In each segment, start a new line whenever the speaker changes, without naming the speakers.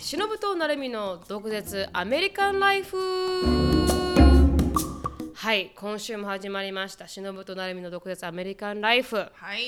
しのぶとなるみの独舌アメリカンライフはい今週も始まりましたしのぶとなるみの独舌アメリカンライフ
はい。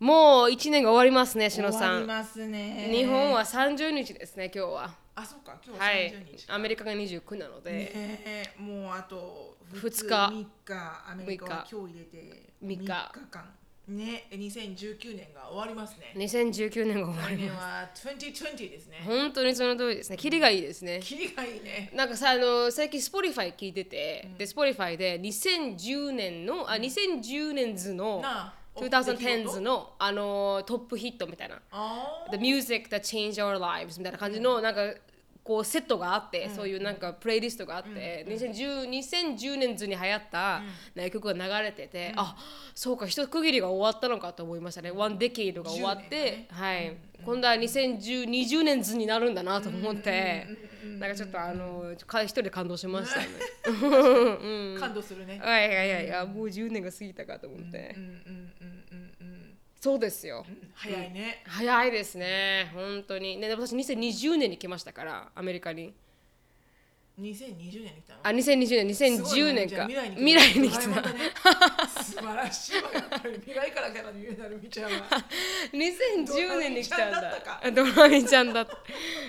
もう1年が終わりますねしの
終わ
さ
り
ん
ますね。
日本は。30日ですね今日は
あ、そうか。今日
は
三
い
十日。
アメリカが29なので、
ねえもうあと
二日
三日アメリカは今日入れて
三日
間。ね、2019年が終わりますね。
2019年が終わ
来
り
年
ます
は2020ですね。
本当にその通りですねキリがいいですね
キリがいいね。
なんかさあの最近 Spotify 聞いてて、で Spotify で2010年のあ2010年図の
なあ
2010s のあのトップヒットみたいな
あ
The music that changed our lives みたいな感じのなんかこうセットがあって、そういうなんかプレイリストがあって、2010, 2010年図に流行った、ね曲が流れてて、あそうか一区切りが終わったのかと思いましたね One decade が終わっ
10年が
て、はい今度は2020年図になるんだなと思って、なんかちょっとあのか一人で感動しました ね。
あ、感動するね。
はいはいはいあもう10年が過ぎたかと思って、
うんうんうんうんうん
そうですよ。
うん。早いね。
早いですね本当にねで私2020年に来ましたからアメリカに
2020年に来たの。
あ2020年
すご
2010
いね
年
じゃ
か
あ未来に
未来に来
ドラえもん
た
だね 素晴らしいわやっぱり未来からから見えなるみちゃんは
2010年に来たんだ
ド
ドラミちゃんだった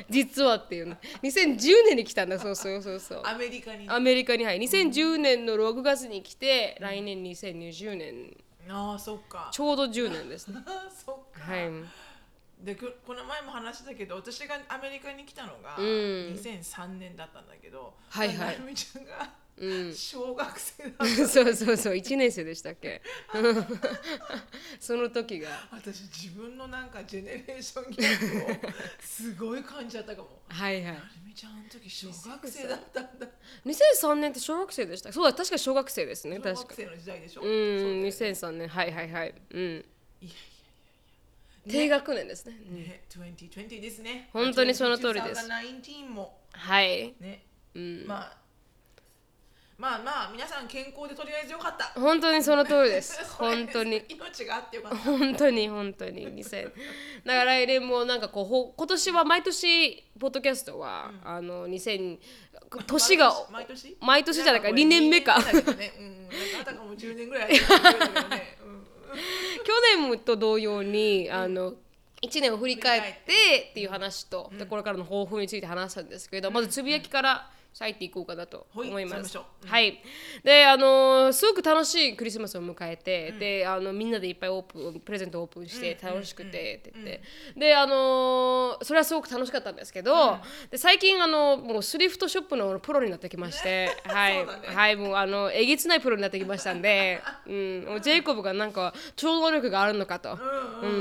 実はっていうの2010年に来たんだそうそうそうそう
アメリカにあ
アメリカにはい2010年の6月に来て来年2020年
あそっか
ちょうど10年ですね
そっか、
はい
でくこの前も話したけど私がアメリカに来たのが
うん
2003年だったんだけど、
はいはい
まあなるみちゃんが
うん
小学生だ、
そうそうそう1年生でしたっけ その時が
私自分のなんかジェネレーションギャップをすごい感じちゃったかも
はいはい
なるみちゃんあの時小学生だったんだ
2003年って小学生でしたそうだ確か小学生ですね
小
確
学
か
生の時代でしょ
うん
そうだよね
2003年はいはいはいうん
いやいや
低学年ですねうん
ね、2020ですね。
本当にその通りです
2019も
はい
ね、
うん
まあ、まあまあ、皆さん健康でとりあえずよかった。
本当にその通りです
それ
本当に
命があってよかった。
本当に本当に2000だから来年もなんかこうほ今年は毎年ポッドキャストは、あの2000年が
毎年
毎年じゃないか
んこれ
2年目か去
二年目だけどねうん、なんかあたかも10年ぐらいやってるようだけどね。うん
年と同様にあの、1年を振り返ってっていう話と、でこれからの抱負について話したんですけど、まずつぶやきから入っていこうかなと思いま。
はいそうしますしょう
はい、であのーすごく楽しいクリスマスを迎えて、であのみんなでいっぱいオープンプレゼントをオープンして楽しくてって言って、であのーそれはすごく楽しかったんですけど、で最近あのもうスリフトショップのプロになってきまして、はい、
そうだね
はいもうあのえげつないプロになってきましたん で、うん、もうジェイコブがなんか超能力があるのかと、うん、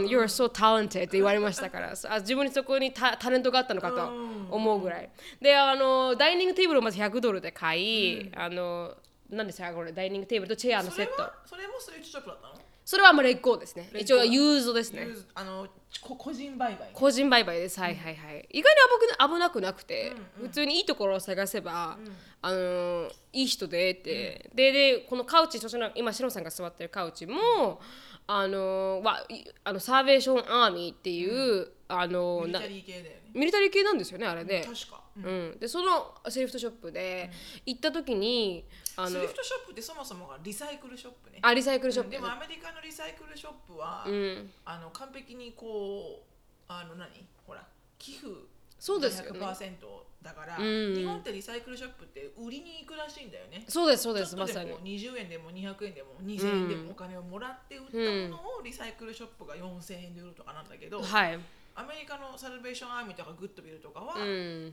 You're so talented って言われましたから、 そあ自分にそこにタタレントがあったのかと思うぐらい。で、あのダイニングテーブルをまず100ドルで買い、あの何ですかこれダイニングテーブルとチェアの
そ
セ
れ
ット。
は、それもスイーツショップだったの
それはまあレッコーですね。
レッ
一
コー
応ユーゾですね
ユ。ーズあの、こ個人売買。
個人売買です。はいはいはい。意外に危な危なくなくて、普通にいいところを探せば、あのーいい人でって、ででこのカウチそして今シロさんが座ってるカウチも、あのーわいあのサーベーションアーミーっていう、あのー
ミリ
な
タリー系だよね。
ミリタリー系なんですよねあれで。
確か。うん
うん、でそのセリフトショップで行った時に、あ
ス
の
リフトショップってそもそもがリサイクルショップね。
あリサイクルショップ
でもアメリカのリサイクルショップは、
ん
あの完璧にこうあの何ほら寄付
そうですよね
100%だから、
ん
日本ってリサイクルショップって売りに行くらしいんだよね。
そうですそう
ち
で
ょっ
す
と
ま
で
さに
も20円でも200円でも2000円でもお金をもらって売ったものをリサイクルショップが4000円で売るとかなんだけど、
はい、
アメリカのサルベーションアーミーとかグッドビルとかは
う
100%、
ん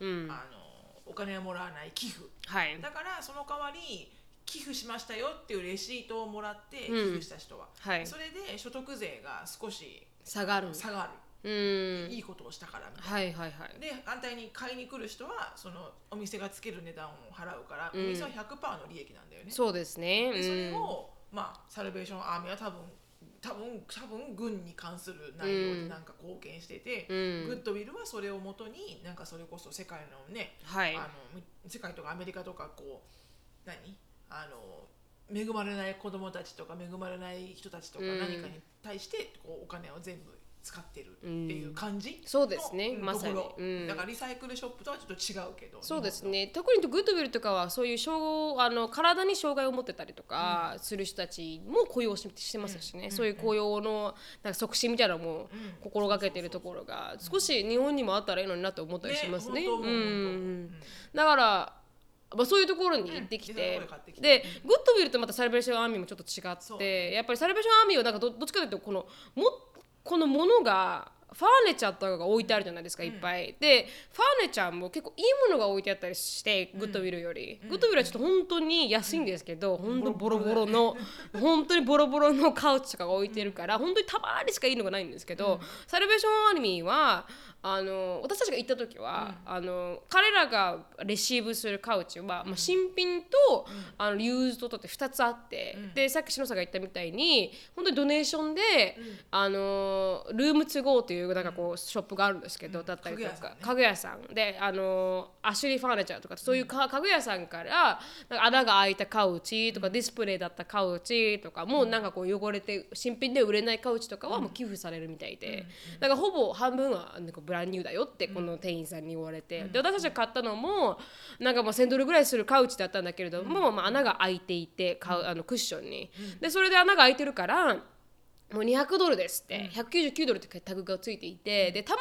うん、
あのお金はもらわない寄付
はい
だからその代わり寄付しましたよっていうレシートをもらって寄
うん
付した人は、
はい
それで所得税が少し
下がる
下が
う
る、
ん
いいことをしたからみたい
はいはいはい
なで反対に買いに来る人はそのお店がつける値段を払うから、
うん
お店は100%の利益なんだよね
そうですね
でそれ
うん
を、まあ、サルベーションアーミーは多分多分多分軍に関する内容でなんか貢献してて、
うん
グッドウィルはそれをもとになんかそれこそ世界のね
はい
あの世界とかアメリカとかこう何あの恵まれない子供たちとか恵まれない人たちとか
うん
何かに対してこうお金を全部使ってるっていう感じ、
そうですね
の
まさに
とこ
う
ろ
ん
だからリサイクルショップとはちょっと違うけど
そうですね特にグッドウィルとかはそういう障あの体に障害を持ってたりとかする人たちも雇用ししてますしね、そういう雇用のなんか促進みたいなのも心がけてるところが少し日本にもあったらいいのになと思ったりしますね。
ね本当
う、
思う本当思うん
だからまあ、そういうところに行ってきて,、
うんいろんなところで買ってきて
でグッドウィルとまたサルベーションアーミーもちょっと違
そ
っ
う
て、やっぱりサルベーションアーミーはなんかどどっちかというとこのもこのものがファーネチャーとかが置いてあるじゃないですか、いっぱいでファーネチャーも結構いいものが置いてあったりして、グッドウィルより、グッドウィルはちょっと本当に安いんですけど、本当ボロボロ の本当にボロボロのカウチとかが置いてるから、本当にたまにしかいいのがないんですけど、サルベーションアーミーはあの私たちが行った時は、あの彼らがレシーブするカウチは、まあ、新品と、あのユーズドとって2つあって、でさっき篠さんが言ったみたいに本当にドネーションで、あのルーム2 g というなんかこうショップがあるんですけど、だったりとか
家具屋さんね
家具屋さんであのアシュリーファーネチャーとかそういうか家具屋さんからなんか穴が開いたカウチとかディスプレイだったカウチとかもなんかこう汚れて新品で売れないカウチとかはもう寄付されるみたいでだからほぼ半分はなんかブランニューだよってこの店員さんに言われてで私たちが買ったのもなんかまあ1000ドルぐらいするカウチだったんだけれどもまあ穴が開いていて買うあのクッションにでそれで穴が開いてるからもう200ドルですって、199ドルってタグがついていて、でたま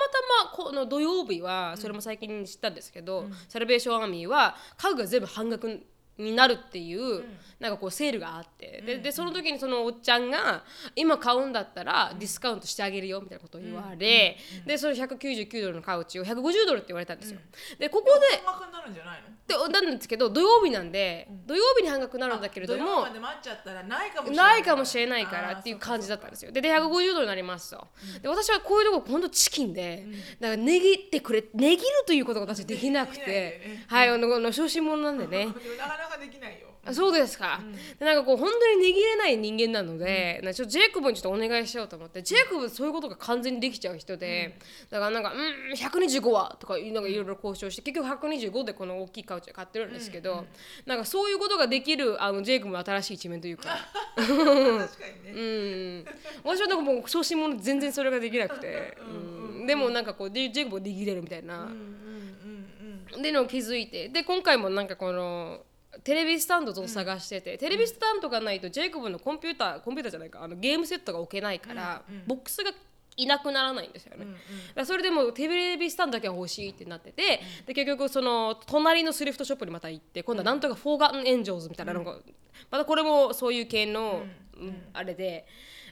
たまこの土曜日はそれも最近知ったんですけど、サルベーションアーミーは家具が全部半額になるっていう、なんかこうセールがあって、ででその時にそのおっちゃんが今買うんだったらディスカウントしてあげるよみたいなことを言われ、でその199ドルのカウチを150ドルって言われたんですよ。でここで
半額になるんじゃないの
でなんですけど土曜日なんで、土曜日に半額になるんだけれど
土
も
曜まで待っちゃったらないかもしれない
ないかもしれないからっていう感じだったんですよでで150ドルになりますと、で私はこういうとこほんとチキンで、だから値切ってくれ値切るということが私できなくて
できないんだよね
はいあのこの小心者なんでね
あそうかでもなかなかできないよ
あそうですか、でなんかこう本当に値切れない人間なので、なんかちょっとジェイコブにちょっとお願いしようと思ってジェイコブそういうことが完全にできちゃう人で、だからなんか「うん125は」とかなんかいろいろ交渉して結局125でこの大きいカウチを買ってるんですけど、なんかそういうことができるあのジェイコブの新しい一面というか。
確かにね、
うん、私はなんかもう小心者で全然それができなくて、うん、でもなんかこうでジェイコブを握れるみたいな、
うん、うんうん
でのを気づいてで今回もなんかこのテレビスタンドを探してて、テレビスタンドがないとジェイコブのコンピューターコンピューターじゃないかあのゲームセットが置けないから、ボックスがいなくならないんですよね、だからそれでもうテレビスタンドだけは欲しいってなってて、で結局その隣のスリフトショップにまた行って今度はなんとかフォーガンエンジョーズみたいなのが、またこれもそういう系の、うんあれで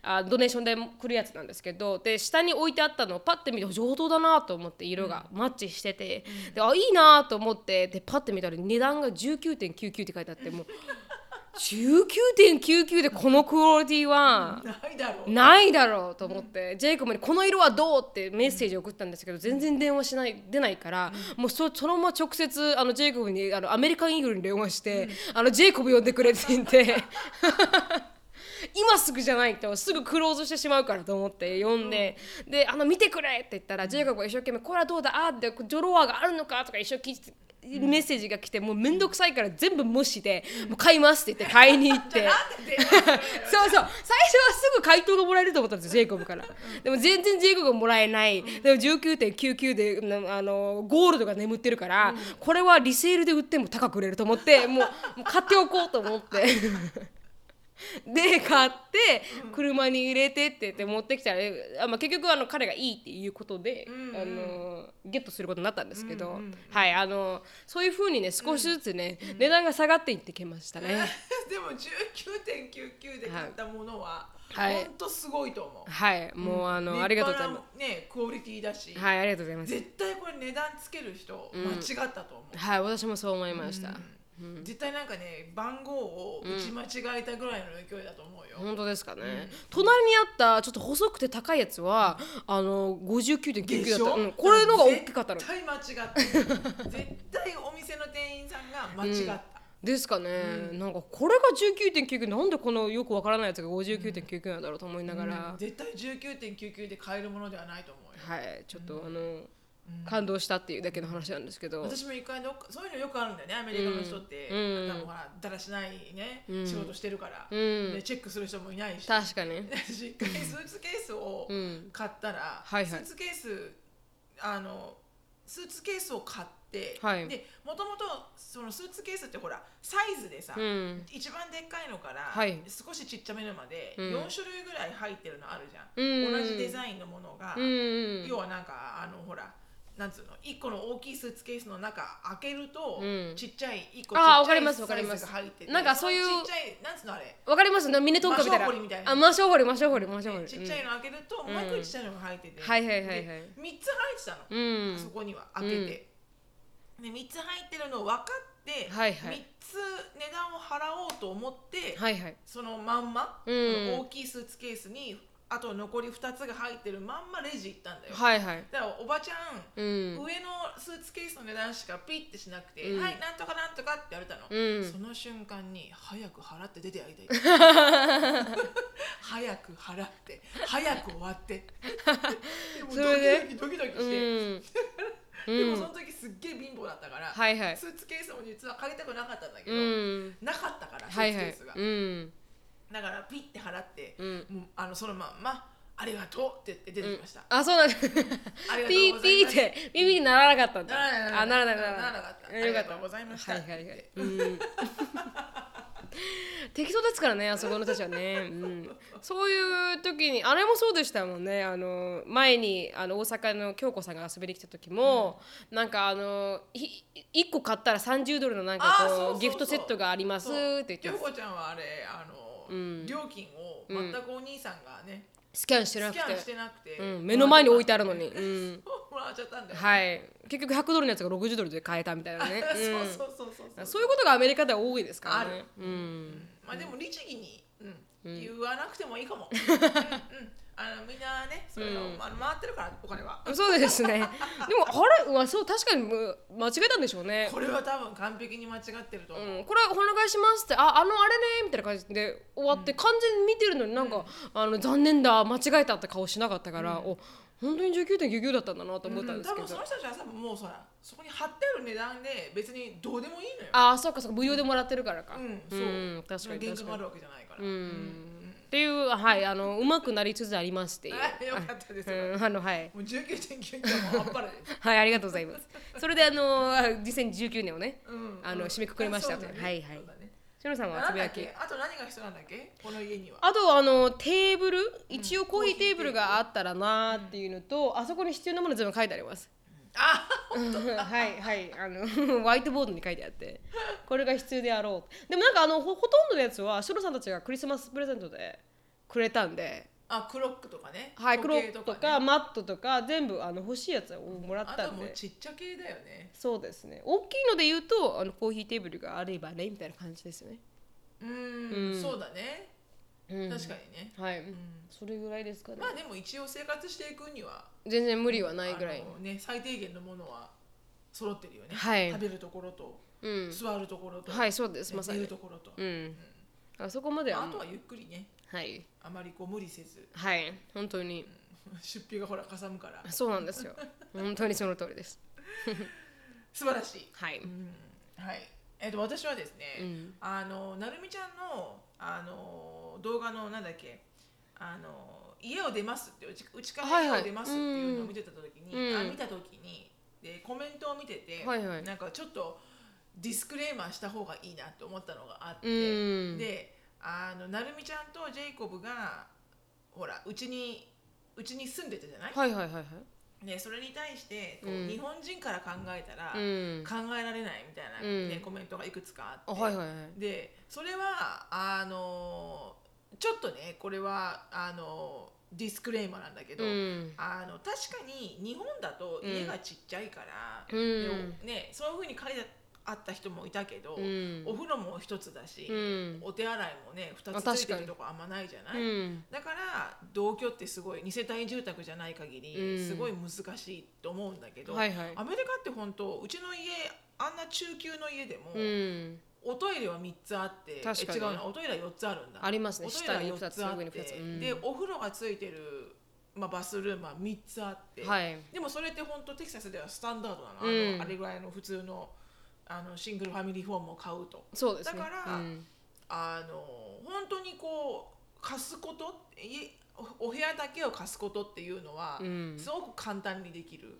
あドネーションで来るやつなんですけどで下に置いてあったのをパッて見て上等だなと思って色がマッチしてて、であいいなと思ってでパッて見たら値段が19.99って書いてあって もう19.99でこのクオリティは
うんないだろう
ないだろうと思って、ジェイコブに「この色はどう?」ってメッセージを送ったんですけど、全然電話しない出ないから、もうそそのまま直接あのジェイコブにあのアメリカンイーグルに電話して、あのジェイコブ呼んでくれって言って。今すぐじゃないとすぐクローズしてしまうからと思って呼んで、であの見てくれって言ったらジェイコブが一生懸命これはどうだああってドロワーがあるのかとか一生懸命メッセージが来てもう面倒くさいから全部無視でもう買いますって言って買いに行って。
なんで電 話
そうそう最初はすぐ回答がもらえると思ったんですよジェイコブからでも全然ジェイコブがもらえないでも19.99でなあのゴールドが眠ってるから、これはリセールで売っても高く売れると思ってもうもう買っておこうと思ってで買って車に入れてって言って持ってきたら、えあまあ、結局あの彼がいいっていうことで、あのゲットすることになったんですけど、はいあのそういうふうにね少しずつね、値段が下がっていってきましたね。
でも19.99で買ったものは、
はい
本当すごいと思う。
はい、もうあの、ありがとうございま
立派なね、クオリティだし、
す。はい、ありがとうございます。
絶対これ値段つける人間違ったと思う。
はい、私もそう思いました。
絶対なんかね番号を打ち間違えたぐらいの勢いだと思うよ、
本当ですかね、隣にあったちょっと細くて高いやつはあの
で
59.99
し
だった、
ょ、
うん、これのが大きかったの
絶対間違ってる絶対お店の店員さんが間違った、
ですかね、なんかこれが19.99なんでこのよくわからないやつが59.99なんだろうと思いながら、
絶対19.99で買えるものではないと思うよ
はいちょっとあの感動したっていうだけの話なんですけど、
私も一回どっかそういうのよくあるんだよねアメリカの人って、
うん
なんかほらだらしないね、仕事してるから、
ん
でチェックする人もいないし
確かに
私一回スーツケースを
うん
買ったら、
はいはい
スーツケースあのスーツケースを買って、
はい
でもともとそのスーツケースってほらサイズでさ、
うん
一番でっかいのから、
はい
少しちっちゃめのまで
うん
4種類ぐらい入ってるのあるじゃん、
うん
同じデザインのものが、
うんうん
要はなんかあのほらなんつうの1個の大きいスーツケースの中開けると、
うん
ちっちゃい1個ちっち
あーわか
ゃ
り
い
ます
サ
わかり
イ
ます
ズが入ってて
なんかそういう
そのちっちゃいなんつうのあれ
わかりますねミネトンカみたいな
マショーホリみたいな
あマショーホリマショーホリマショーホリ
ちっちゃいの開けると、もう一個ちっちゃいのが入ってて、
うんはいはいはいはい
で3つ入ってたの、
うん、うん
そこには開けて、で3つ入ってるのを分かって、
はいはい
3つ値段を払おうと思って、
はいはい
そのまんま、
うん
その大きいスーツケースにあと残り2つが入ってるまんまレジ行ったんだよ、
はいはい
だからおばちゃん、
うん
上のスーツケースの値段しかピッてしなくて「
うん
はいなんとかなんとか」って言われたの、
うん
その瞬間に「早く払って出てやりたい」 早く払って早く終わってでも
それで
ドキドキドキドキ
う
して、
ん
でも
うん
その時すっげえ貧乏だったから、
はい はい
スーツケースも実は借りたくなかったんだけ
う
ど、
ん
なかったからス
は
ー
い
ツ
は
ケー
い
スが、
うん
だからピッて払って、
うん
もうあのそのまんま「ありがとう」って言って出てきました、
あそうなんだピ
ありがとうご
ー
ざい
ピー
ま
っ
す
て耳にならなかったんだ
ならない
あならない
ならない
な
ならなかった
よか
あ
っ
り
た
がとうございました
はいはいはいうん 適当ですからねあそこの人たちはね、うん、そういう時にあれもそうでしたもんねあの前にあの大阪の京子さんが遊びに来た時も、なんかあの1個買ったら30ドルのなんか
あ
こ
ー
う
そうそうそう
ギフトセットがありますっ
そう
て言って
京子ちゃんはあれあの、
ん
料金を全くお兄さんがね、
スキャンしてな
ス
く
キ
て
ャンしてなくて、
うん、 目の前に置いてあるのに、うん、
もらっちゃったんだよ、い、
はい結局100ドルのやつが60ドルで買えたみたい なね、
そう
うん
そうそうそうそう
そういうことがアメリカでは多いですから
あ
ね
る。
うん、
まあでも律儀に、うん言わなくてもいいか も、うんうん、あのみんなねそれを、あの回ってるからお金は
そうですね。でもあれはそう確かにむ間違えたんでしょうね。
これは多分完璧に間違ってると思う、
うん、これお願いしますってああのあれねみたいな感じで終わって、完全に見てるのになんか、あの残念だ間違えたって顔しなかったから、お本当に19.99だったんだなと思ったんです
多
けど、
分その人たちは多分もうそらそこに貼ってある値段で別にどうでもいいのよ
ああそうかそうか無料でもらってるからか、
うんそう、
ん確かに
原
確か
価が
に
あるわけじゃないから、
うんっていうはいあのうまくなりつつあります っていう、
あよかったですよ
うん、あのはい
もう19.99もあっぱれです
はい、ありがとうございます。それであの2019年を ね、
うん
あの締めくくりました
そう
と。
だね
はいはい
そう。だね
しのさんはつ
な
ぶ
んだ
や
っ
き
け。あと何が必要なんだっけこの家には
あとあのテーブル一応コーヒーテーブルがあったらなーっていうのと、あそこに必要なもの全部書いてあります。
あ
はいはいあのホワイトボードに書いてあってこれが必要であろうでもなんかあのほほとんどのやつはしのさんたちがクリスマスプレゼントでくれたんで、
あクロックとかね
はい、クロッ
時計
ク
ね
とかマットとか全部あの欲しいやつをもらっ
あ
た
と
ん
もう
で
ちっちゃ系だよね
そうですね大きいので言うとあのコーヒーテーブルがあればねみたいな感じですよね、
うーんそうだね確かにね
はい、それぐらいですかね、
まあでも一応生活していくには
全然無理はないぐらい
あのね最低限のものは揃ってるよね
はい
食べるところと
うん
座るところと
はいいそうですまさ
寝る
に
ところと
うんあそこまでは
あとはゆっくりね
はい
あまりこう無理せず
はい本当に
出費がほらかさむから
そうなんですよ本当にその通りです
素晴らしい
はい
はい。えっ、と私はですね、
うん
あのなるみちゃんのあの動画のなんだっけ、あの家を出ますってうちうちか
は
ら
いはい
家を出ますっていうのを見てた時に、
うんうん
あ見た時にでコメントを見てて、
はいはい
なんかちょっとディスクレーマーした方がいいなと思ったのがあって、
うん
であのなるみちゃんとジェイコブがほらうちにうちに住んでたじゃない。
はいはいはいはい
でそれに対してこう、
うん
日本人から考えたら、
うん
考えられないみたいな、
うん
ねコメントがいくつかあ
あ
って、
はいはいはい
でそれはあのちょっとねこれはあのディスクレーマーなんだけど、
うん
あの確かに日本だと家がちっちゃいから、
うん
でね、そういうふうに書いてあった人もいたけど、
うん
お風呂も一つだし、
うん
お手洗いもね二
あ確
つ
かに
ついてるとこあんまないじゃない、
うん
だから同居ってすごい二世帯住宅じゃない限り
うん
すごい難しいと思うんだけど、
はいはい
アメリカって本当うちの家あんな中級の家でも、
うん
おトイレは3つあって
確かに
え違うなおトイレは4つあるんだ
ありますね
おトイレは
下に
4
二つ
つあっ
上に
て
二つうん
でお風呂がついてるまあ、バスルームは3つあって、
はい
でもそれって本当テキサスではスタンダードなの,あの、
うん
あれぐらいの普通のあのシングルファミリーホームを買うと
そうですね
だから
うん
あの本当にこう貸すこといおお部屋だけを貸すことっていうのは、
うん
すごく簡単にできる、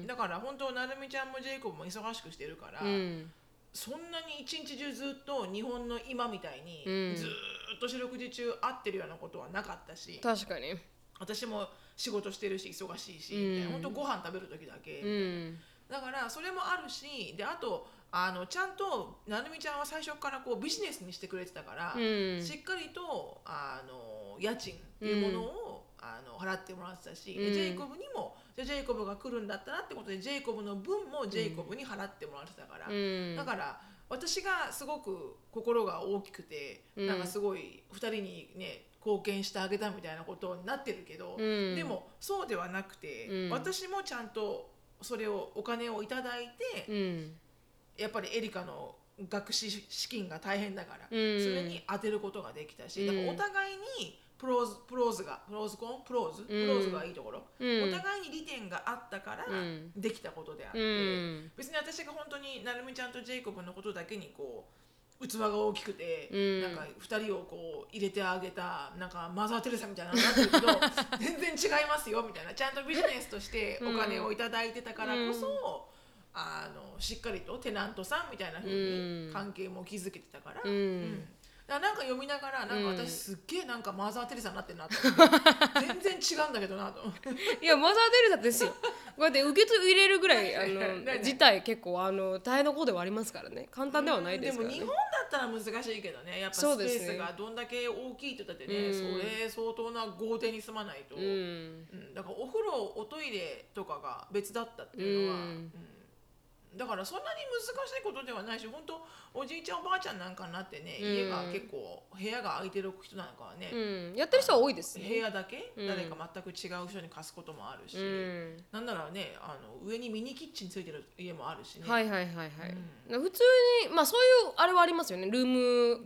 うん
だから本当なるみちゃんもジェイコブも忙しくしてるから、
うん
そんなに一日中ずっと日本の今みたいに、
うん
ずーっと四六時中会ってるようなことはなかったし
確かに
私も仕事してるし忙しいし、
うん
みたいな本当ご飯食べる時だけ、
うん
だからそれもあるしであとあのちゃんとなるみちゃんは最初からこうビジネスにしてくれてたから、
うん
しっかりとあの家賃っていうものを、あの払ってもらってたし、で
うん
ジェイコブにもじゃあジェイコブが来るんだったらってことでジェイコブの分もジェイコブに払ってもらってたから、
うん
だから私がすごく心が大きくて、
うん
なんかすごい2人にね貢献してあげたみたいなことになってるけど、
うん
でもそうではなくて、
うん
私もちゃんとそれをお金をいただいて、
うん
やっぱりエリカの学資資金が大変だから、
うん
それに当てることができたし、
うん
だからお互いにプローズプローズがプローズコンプローズ、プローズがいいところ、
うん
お互いに利点があったから
うん
できたことであって、
うん
別に私が本当になるみちゃんとジェイコブのことだけにこう器が大きくて、
うん
なんか2人をこう入れてあげたなんかマザー・テレサみたいなのになってる けど全然違いますよみたいなちゃんとビジネスとしてお金をいただいてたからこそ、あのしっかりとテナントさんみたいな風
う
に
ん
関係も築けてたから。
うん
うんだからなんか読みながらなんか
うん
私すっげえなんかマザー・テレサになってる なと全然違うんだけどなと
いやマザー・デルタですよこうやって受け入れるぐら いあ
何
の
何
自体結構あの大変なことではありますからね簡単ではないですから
うん
ね
も日本だったら難しいけどねやっぱスペ
そうですね
ースがどんだけ大きいってだってね
うん
それ相当な豪邸に住まないと、
うん
うんだからお風呂おトイレとかが別だったっていうのは、
うん
うんだからそんなに難しいことではないし本当おじいちゃんおばあちゃんなんかになってね、
うん
家が結構部屋が空いてる人なんかはね、
うんやってる人は多いです
部
ね
屋だけ、
うん
誰か全く違う人に貸すこともあるし、
うん
なんならねあの上にミニキッチンついてる家もあるしね、
はいはいはいはい、普通にまあそういうあれはありますよねルーム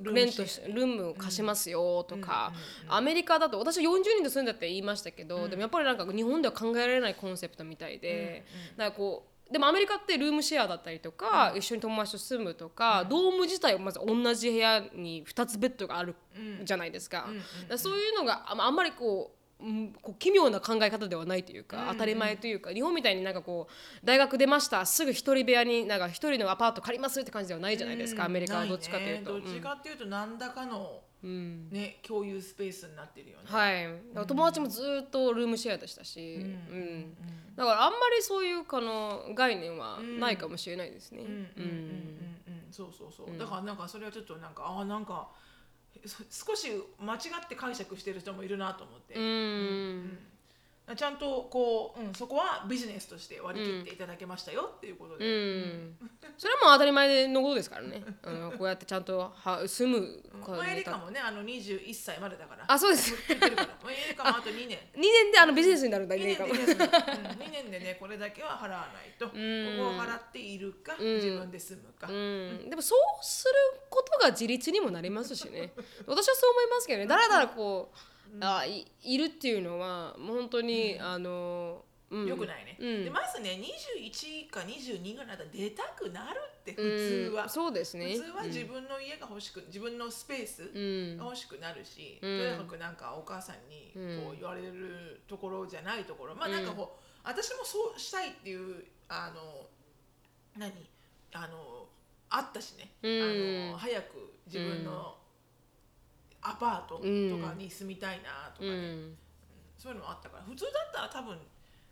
ルーム
レント
シ
しルームを貸しますよとか、アメリカだと私40人で住んだって言いましたけど、でもやっぱりなんか日本では考えられないコンセプトみたいで、なんかこうでもアメリカってルームシェアだったりとか、一緒に友達と住むとか、ドーム自体をまず同じ部屋に2つベッドがあるじゃないですか,、だからそういうのがああんまりこう。うんこう奇妙な考え方ではないというか、当たり前というか日本みたいになんかこう大学出ましたすぐ一人部屋になんか一人のアパート借りますって感じではないじゃないですか、アメリカはどっちかというと。
なねどっちかっていうと何らかの、ね共有スペースになってるよね、
はい、だから友達もずっとルームシェアでしたし、うんだからあんまりそういうこの概念はないかもしれないですね。
うんうんうんうんうんそうそうそう、だからなんかそれはちょっとなんかああなんかそ少し間違って解釈してる人もいるなと思って、
うんうん
ちゃんとこう、うん、そこはビジネスとして割り切っていただけましたよっていうこと
う
で、
んそれはもう当たり前のことですからねあのこうやってちゃんとは住むこ
ま
と
あエリ
に
カもねあの21歳までだから
あそうです
言ってるからまあエリカもあと2
2
年
年であのビジネスになるんだ
2
2年
年
間
で
も
ね、そのうん、2年でねこれだけは払わないと、ここを払っているか、
ん
自分で住むか、
うん、でもそうすることが自立にもなりますしね私はそう思いますけどねだらだらこう、あいいるっていうのはもう本当に、あの、うん、
よくないね、
うん
でまずね21か22ぐらいだったら出たくなるって普
うん
通は、
そうですね
普通は自分の家が欲しく自分のスペース
うん
が欲しくなるし、
うん
とにかくなんかお母さんに
うん
こう言われるところじゃないところ、まあなんかこう私もそうしたいっていうあの何あのあったしね、
うん
あの早く自分のアパートとかに住みたいなとか
う
ね、
ん、
そういうのもあったから普通だったら多分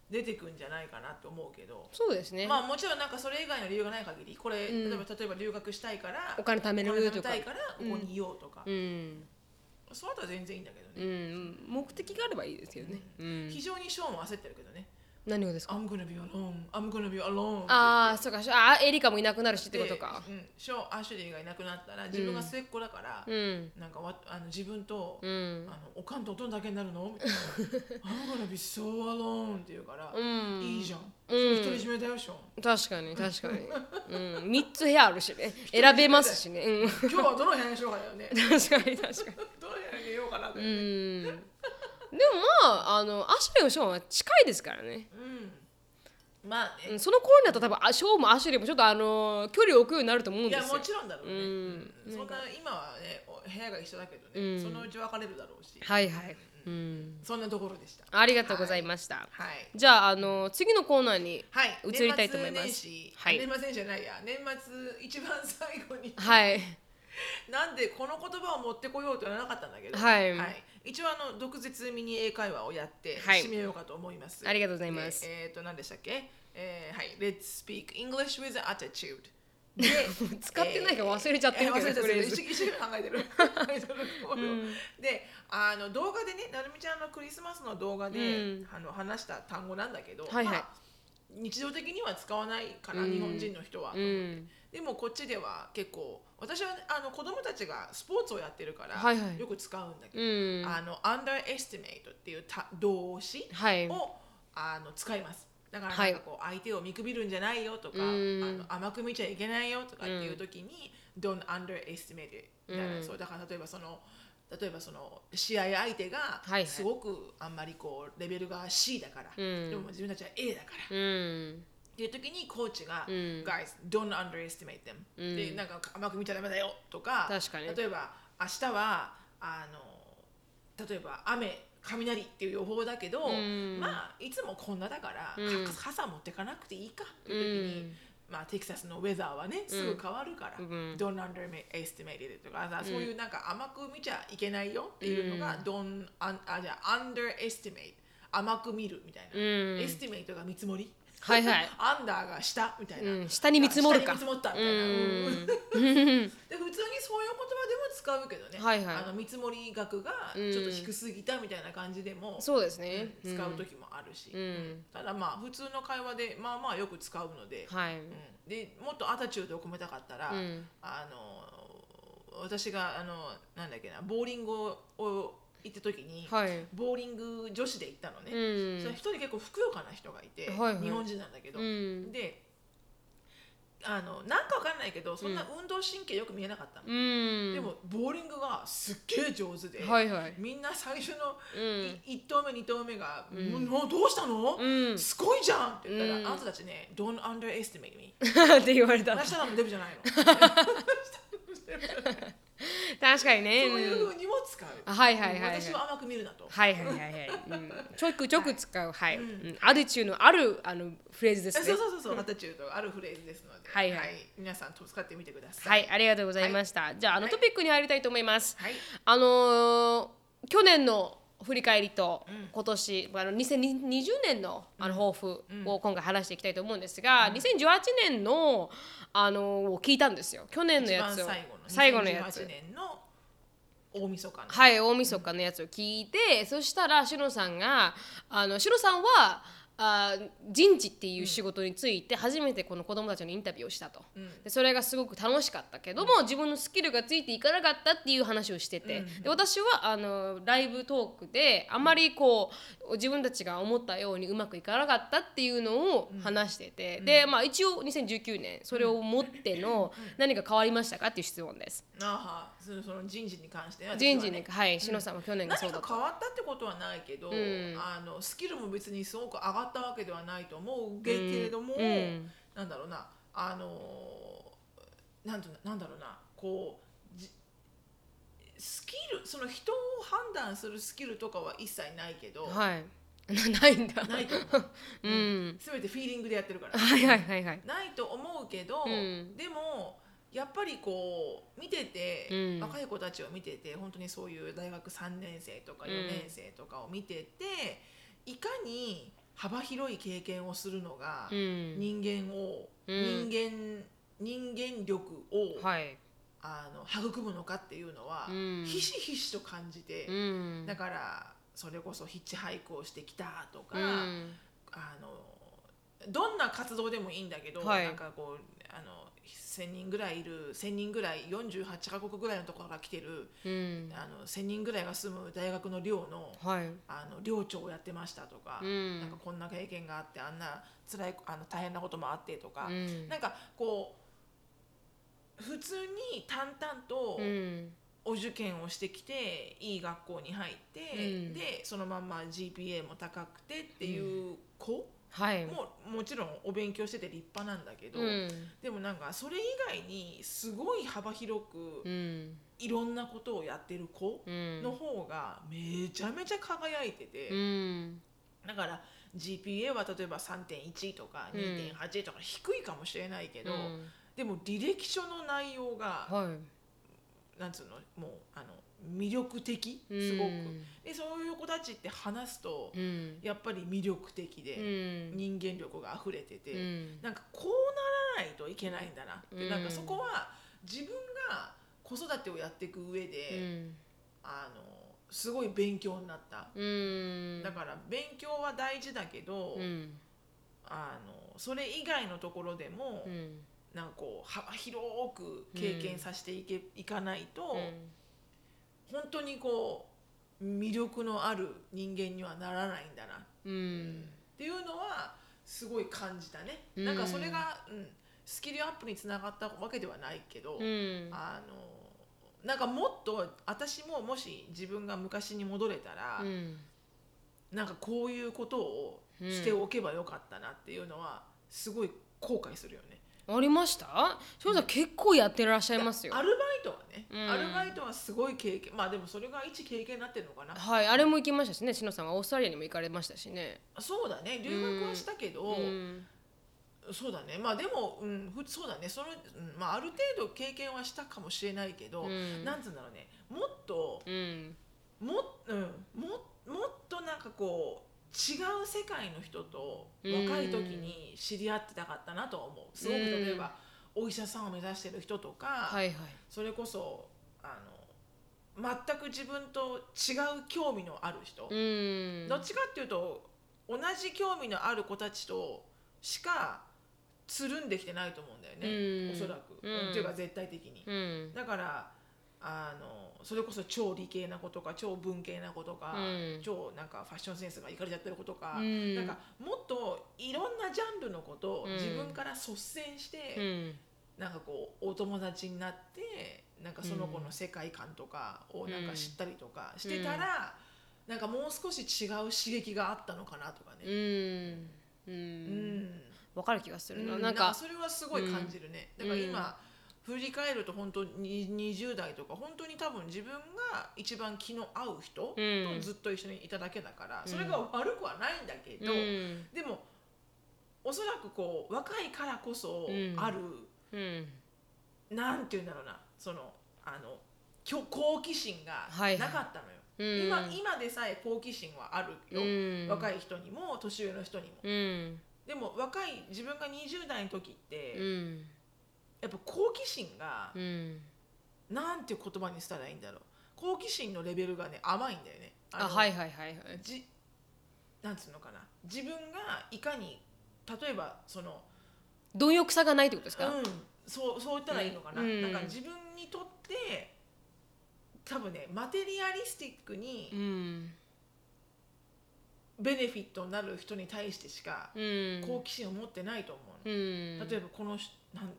出てくんじゃないかなと思うけど、
そうですね、
まあもちろんなんかそれ以外の理由がない限りこれ、
うん
例えば例えば留学したいから
お金貯め
お金
る
貯
と
め
か
たいからここにいようとか、
うん、
そうだったら全然いいんだけど
う
ね、
ん、目的があればいいですけどね、うん、
非常にショーンも焦ってるけどね
何をで
「
すか
I'm gonna be alone I'm gonna be alone」
ああそうかあエリカもいなくなるしってことか
でうん、ショーンアシュリーがいなくなったら自分が末っ子だから、
うん
なんかわあの自分と、
うん
あのおかんとおとんだけになる のみたいな「I'm gonna be so alone」って言うから、
うん
いいじゃん、
うん
独り占めだよショー ン
確かに確 かに、うん、3つ部屋あるしね選べますしね、うん、
今日はどの部屋にしようかだよね
確かに確かに
どの部屋に入れようかなって、
うんでもまああのアシュレイもショーンは近いですからね、
うん、まあ
う
ね
ん、その頃になったら多分あショーンもアシュレイもちょっとあの距離を置くようになると思うん
い
で
や
す
も
よ
ちろんだろうね、
うん
うんそんな今はねお部屋が一緒だけどね、
うん
そのうち別れるだろうし
はいはい、うん、
そんなところでした
ありがとうございました、
はい
じゃああの次のコーナーに
はい
移りたいと思います
年末年始、
はい
年末年始じゃないや年末一番最後に
はい
なんでこの言葉を持ってこようとはならなかったんだけど、
はい
一応あの毒舌ミニ英会話をやって
はい
締めようかと思います。
ありがとうございます
でえっ、と何でしたっけ？えー、はい、Let's speak English with attitude。で
使ってないから忘れちゃってるけど
えー忘れちゃ
フレ
ってる
ーズ
一一生懸命考 えてる。 で、あの動画でね、なるみちゃんのクリスマスの動画で、
うん
あの話した単語なんだけど、
はいはい
まあ日常的には使わないから、
うん
日本人の人は。
うん
でもこっちでは結構私はあの子供たちがスポーツをやってるから、
はいはい
よく使うんだけ
う
ど、
ん
あの underestimate っていうた動詞
はい
をあの使います。だから
は
ないんかこう、相手を見くびるんじゃないよとか、
うん
あの甘く見ちゃいけないよとかっていう時に、don't underestimate it みたいな、
うん
そうだから例えばその例えばその試合相手が
いはい
すごくあんまりこうレベルが C だから、
うん
でも自分たちは A だから。
うん
っていう時にコーチが「
うん
Guys, don't underestimate them、
うん
でなんか甘く見ちゃダメだよとか
確かに
例えば明日はあの例えば雨雷っていう予報だけど、
ん
まあいつもこんなだから、
うん
か傘持ってかなくていいかって
う
いう時に、
ん
まあ、テキサスのウェザーはねすぐ変わるから、
うん
Don't underestimate it とかさ、そういうなんか甘く見ちゃいけないよっていうのが、Don't un- あじゃあ underestimate 甘く見るみたい
う
な、
ん
エスティメイトが見積もり
はいはい
アンダーが下みたいな、
うん下に見積もるか
下に見積もったみたいな、 うんで普通にそういう言葉でも使うけどね、
はいはい
あの見積もり額がちょっと低すぎたみたいな感じでも、
そうですね、
うん使う
と
時もあるし、
うん
ただまあ普通の会話でまあまあよく使うので、
はい
うんでもっとアタチュードを込めたかったら、
うん
あの私があのなんだっけなボーリングを行った時に、
はい
ボーリング女子で行ったのね、
うん
それ一人結構ふくよかな人がいて、
はいはい
日本人なんだけど、
うん
であのなんかわかんないけどそんな運動神経よく見えなかったの、
うん
でもボーリングがすっげえ上手で、
はいはい
みんな最初の
うん
い1投目2投目が「もうもうどうしたの
うん
すごいじゃん!」って言ったら、
うん
あなたたちね「Don't underestimate me」
って言われた
明日なのデブじゃないの
確かにね
そういう
うん
ふうにも使う、
はいはいはいはい
私を甘く見るなと、
はいはいはいはい、うん、ちょくちょく使うはい、うん、アディチューのあるあのフレーズですね
そうそうそうそうアタチュードあるフレーズですので、
はいはい
皆さんと使ってみてくださ
はいありがとうございました、じゃああの
はい
トピックに入りたいと思います、
はい
あのー去年の振り返りと今年、あの2020年のあの抱負を今回話していきたいと思うんですが、2018年の、あのーを聞いたんですよ去年の
一
や
番
つを
最後の
最後のやつ
2018年の大晦日の、
はい大晦日のやつを聞いて、そしたらしのさんがあのしのさんはあー人事っていう仕事について初めてこの子供たちのインタビューをしたと、でそれがすごく楽しかったけども、自分のスキルがついていかなかったっていう話をしてて、で私はあのライブトークであまりこう自分たちが思ったようにうまくいかなかったっていうのを話してて、で、まあ、一応2019年それを持っての何が変わりましたかっていう質問です。
あはそのその人事に関しては
人事に、
私は
は
ね
い、しのさんは去年がそう
何
だ
か
った
変わったってことはないけど、
ん
あのスキルも別にすごく上がったわけではないと思うけれども、
うんうん
なんだろうなあのなんとなんだろうなこうじスキルその人を判断するスキルとかは一切ないけど、
はい。なないんだ。
ないと思う
うん。
全てフィーリングでやってるから。
はいはいはいはい。
ないと思うけど、
うん
でもやっぱりこう見てて、
うん
若い子たちを見てて本当にそういう大学3年生とか
うん
4年生とかを見てて、いかに幅広い経験をするのが
うん。
人間を、
うん
人間人間力を、
はい。
あの育むのかっていうのは、
うん
ひしひしと感じて、
うん。
だからそれこそヒッチハイクをしてきたとか。
うん
あのどんな活動でもいいんだけど、
はい
なんかこうあの1,000人ぐらいいる1,000人ぐらい48カ国ぐらいのところから来てる
うん。
あの1,000人ぐらいが住む大学の寮の
はい。
あの寮長をやってましたとか,、
うん
なんかこんな経験があってあんな辛いあの大変なこともあってとか、
うん
なんかこう普通に淡々と
うん。
お受験をしてきていい学校に入って、
うん
でそのまんま GPA も高くてっていう子
はい。
も、もちろんお勉強してて立派なんだけど、
うん。
でもなんかそれ以外にすごい幅広
う
く
ん。
いろんなことをやってる子
うん。
の方がめちゃめちゃ輝いてて。
うん。
だから GPA は例えば3.1とか
うん
2.8とか低いかもしれないけど、
うん
でも履歴書の内容が、
は
なんつうのもうあの魅力的
い。
すごく、
うん
でそういう子たちって話すと、
うん。
やっぱり魅力的
う
で、
ん。
人間力が溢れてて、
うん
なんかこうならないといけないんだなって、
うん
なんかそこは自分が子育てをやっていく上
う
で、
ん。
あのすごい勉強になった、
うん。
だから勉強は大事だけど、
うん。
あのそれ以外のところでも、
うん。
なんかこう幅広く経験させていけ、いかないと、
うん
本当にこう魅力のある人間にはならないんだな、
う
っ
ん。
ていうのはすごい感じたね、
うん
なんかそれが、うん、スキルアップにつながったわけではないけど、
うん。
あのなんかもっと私ももし自分が昔に戻れたら、
うん
なんかこういうことをしておけばよかったなっていうのはすごい後悔するよね。
ありました翔さん結構やってらっしゃいますよ
ア。ルバイトはね、
うん
アルバイトはすごい経験まあでもそれが一経験になってるのかな
はい、あれも行きましたしね、しのさんはオーストラリアにも行かれましたしね。
そうだね留学はしたけど、
うん
そうだねまあでも、うん、ふそうだねその、うんまあ、ある程度経験はしたかもしれないけど、
うん
なんつうんだろうねもっと
うん。
も,、うん、ももっとなんかこう違う世界の人と若い時に知り合ってたかったなとは思うすごく例えば、お医者さんを目指してる人とか、
はいはい。
それこそあの全く自分と違う興味のある
う
人、
ん。
どっちかっていうと同じ興味のある子たちとしかつるんできてないと思うんだよね、
うん
おそらく、
うん
っていうか絶対的に、
うん。
だからあのそれこそ超理系な子とか超文系な子とか、
うん
超なんかファッションセンスがいかれちゃってる子とか、
うん
なんかもっといろんなジャンルの子と
うん
自分から率先して、
うん。
なんかこうお友達になってなんかその子の世界観とかをなんか知ったりとかしてたら、なんかもう少し違う刺激があったのかなとか
う
ね。
ん。う。
うんん
わかる気がす
う
る
ん
な。
な
なんん
か
か、
それはすごい感じるね。だから今振り返ると本当に20代とか本当に多分自分が一番気の合う人と
うん
ずっと一緒にいただけだから、
うん
それが悪くはないんだけど、
うん。
でもおそらくこう若いからこそ
うん
ある、
うん。
なんて言うんだろうなそのあのきょ好奇心が
はい
なかったのよ、
うん。
今今でさえ好奇心はあるよ、
うん。
若
い。
い人にも年上の人にも、
うん。
でも若い自分が20代の時って、
うん。
やっぱ好奇心が、
うん。
なんて言葉にしたらいいんだろう好奇心のレベルがね甘いんだよね
あ、
の
はいはいはいはい。
じなんつうのかな自分がいかに例えばその
貪欲さがないってことですか
うん、そうそう言ったらいいのかな、
うん
なんか自分にとって多分ねマテリアリスティックに
うん。
ベネフィットになる人に対してしか
うん。
好奇心を持ってないと思う
う
の、
ん。
例えばこの人なん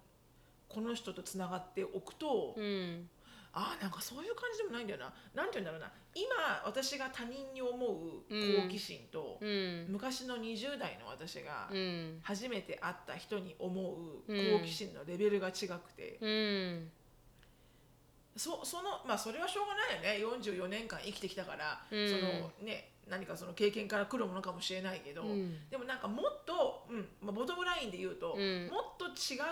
この人とつながっておくと、
うん。
ああなんかそういう感じでもないんだよななんて言うんだろうな今私が他人に思う好奇心と、
うん。
昔の20代の私が
うん。
初めて会った人に思う
うん
好奇心のレベルが違くて、
うん。
そそのまあそれはしょうがないよね44年間生きてきたから、
うん
そのね、何かその経験から来るものかもしれないけど、
うん
でもなんかもっと、うんまあ、ボトムラインで言うと、
うん
もっと違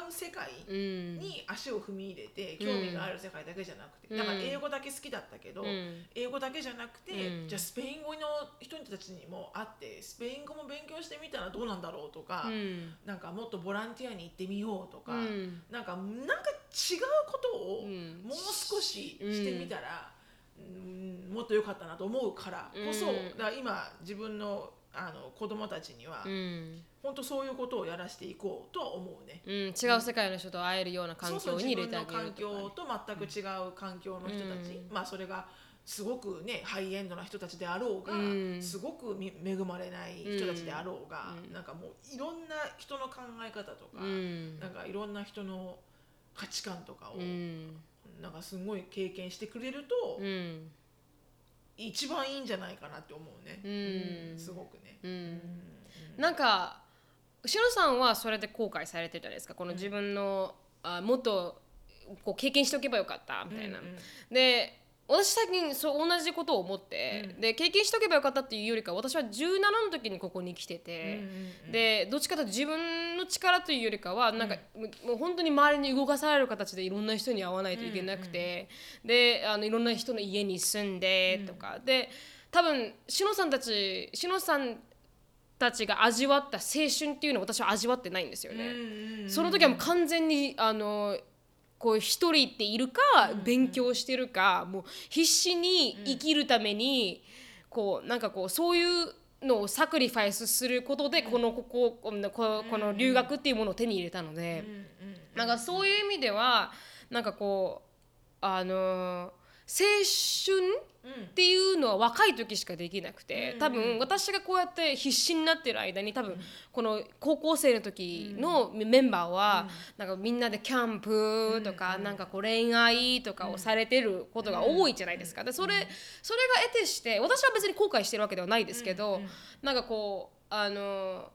う世界
うん。
に足を踏み入れて、
うん
興味がある世界だけじゃなくて、
うん
だから英語だけ好きだったけど、
うん。
英語だけじゃなくて、
うん
じゃあスペイン語の人たちにも会ってスペイン語も勉強してみたらどうなんだろうとか、
うん。
なんかもっとボランティアに行ってみようとか。
うん。
なんかなんか違うことを
うん
もう少ししてみたら、うんもっと良かったなと思うからこそ、
うん
だから今自分のあの子供たちには、
うん
本当そういうことをやらせていこうとは思うね。
うん、違う世界の人と会えるような環
そうそ
境
う
に
自
入れ
分
てあ
の
げる
環
とかね
境と全く違う環境の人たち、
う
まあそれがすごくねハイエンドな人たちであろうが、
うん
すごくみ恵まれない人たちであろうが、
うん
なんかもういろんな人の考え方とか、
うん
なんかいろんな人の価値観とかを
うん
うんなんかすごい経験してくれると、
うん
一番いいんじゃないかなって思うね、
うん
すごくね、
う
うんん
なんかシロさんはそれで後悔されてるじゃないですかこの自分の、あもっとこう経験しておけばよかったみたいな、
うんうん
で私最近そう同じことを思って、で経験しておけばよかったっていうよりか私は17の時にここに来てて、でどっちかというと自分の力というよりかはなんか、もうもう本当に周りに動かされる形でいろんな人に会わないといけなくて、であのいろんな人の家に住んでとか、で多分しのさんたちしのさんたちが味わった青春っていうのを私は味わってないんですよね。その時はもう完全にあのこう一人っているか勉強してるかもう必死に生きるためにこうなんかこうそういうのをサクリファイスすることでこのこここのここの留学っていうものを手に入れたのでなんかそういう意味ではなんかこうあの青春っていうのは若い時しかできなくて多分私がこうやって必死になってる間に多分この高校生の時のメンバーはなんかみんなでキャンプとかなんかこう恋愛とかをされてることが多いじゃないですか。でそれそれが得てして私は別に後悔してるわけではないですけどなんかこうあの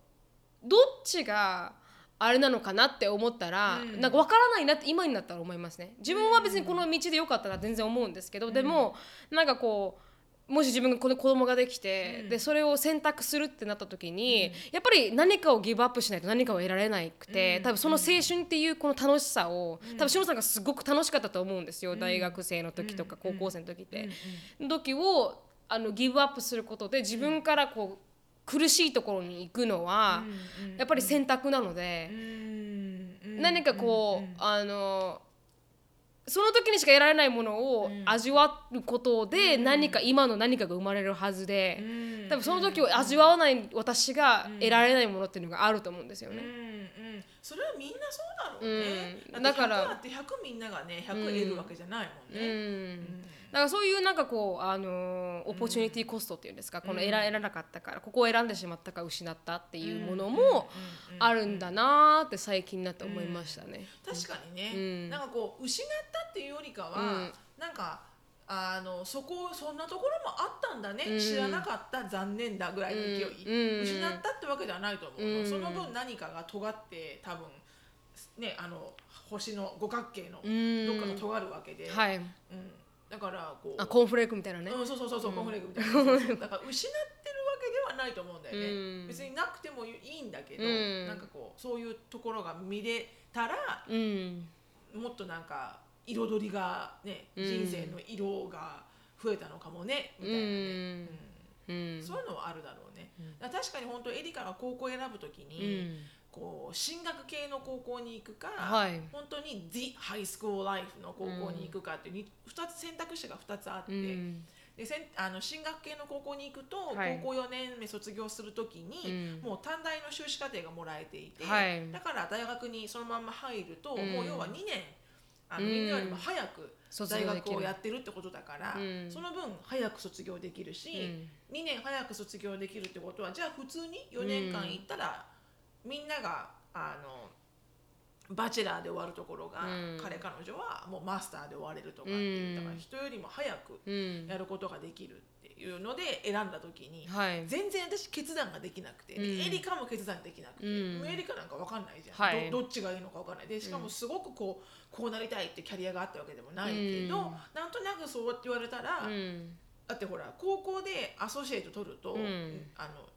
どっちがあれなのかなって思ったら、
うん
なんか分からないなって今になったら思いますね自分は別にこの道で良かったな全然思うんですけど、でもなんかこうもし自分がこの子供ができて、
うん
でそれを選択するってなった時に、やっぱり何かをギブアップしないと何かを得られなくて、
うん
多分その青春っていうこの楽しさを、多分しのさんがすごく楽しかったと思うんですよ、大学生の時とか高校生の時って。時をあのギブアップすることで自分からこう苦しいところに行くのは、やっぱり選択なので、何かこう、あのその時にしか得られないものを味わうことで、何か今の何かが生まれるはずで、多分その時を味わわない私が得られないものっていうのがあると思うんですよね。
うんうん、それはみんなそうだろうね、
うん
だ
だ
か
からら
100あって100みんながね100得るわけじゃないもん
うん
ね、
だからそういうなんかこうあのーオポチュニティコストっていうんですか、この選選らなかったからここを選んでしまったか失ったっていうものもあるんだなーって最近になって思いましたね。
確かにね、
うん
なんかこう失ったっていうよりかは、
うん
なんかあのそこそんなところもあったんだね、
うん
知らなかった残念だぐらいの勢い、
うん
失ったってわけではないと思うの、
うん
その分何かが尖って多分ねあの星の五角形の
うん
どっかが尖るわけで、
はい、
うんだからこう
あコーンフレークみたいなね。
うん、そうそうそうそう、コンフレークみたいなそう そうそうだから失ってるわけではないと思うんだよね、
うん
別になくてもいいんだけど、
うん
なんかこうそういうところが見れたら
うん、
もっとなんか彩りがね、
うん
人生の色が増えたのかもねみたいな
う
ね、
ん、う
うん
ん、
そういうのはあるだろうね、だから確かに本当エリカが高校選ぶとき
う
に、
ん、
こう進学系の高校に行くか、
はい
本当に The High School Life の高校に行くかっていう2つ選択肢が2つあって、
うん、
でせんあの進学系の高校に行くと、
はい
高校4年目卒業するときに、
うん
もう短大の修士課程がもらえていて、
はい
だから大学にそのまんま入ると、
うん
もう要は2年あの、
うん
みんなよりも早く
卒
大
業で
学
き
を
る
や。ってるってことだから、
うん
その分早く卒業できるし、
うん
2年早く卒業できるってことはじゃあ普通に4年間行ったら、みんながあのバチェラーで終わるところが、
うん
彼彼女はもうマスターで終われるとかっていう、
うん
だから人よりも早く
うん、
やることができるっていうので選んだ時に
はい、
全然私決断ができなくて、で
うん
エリカも決断できなくて、
うん
もうエリカなんか分かんないじゃん、
はい
どどっちがいいのか分かんないでしかもすごくこうこうなりたいってキャリアがあったわけでもないけど、
うん
なんとなくそうって言われたら、
うん、
だってほら高校でアソシエイト取ると、
うん
あの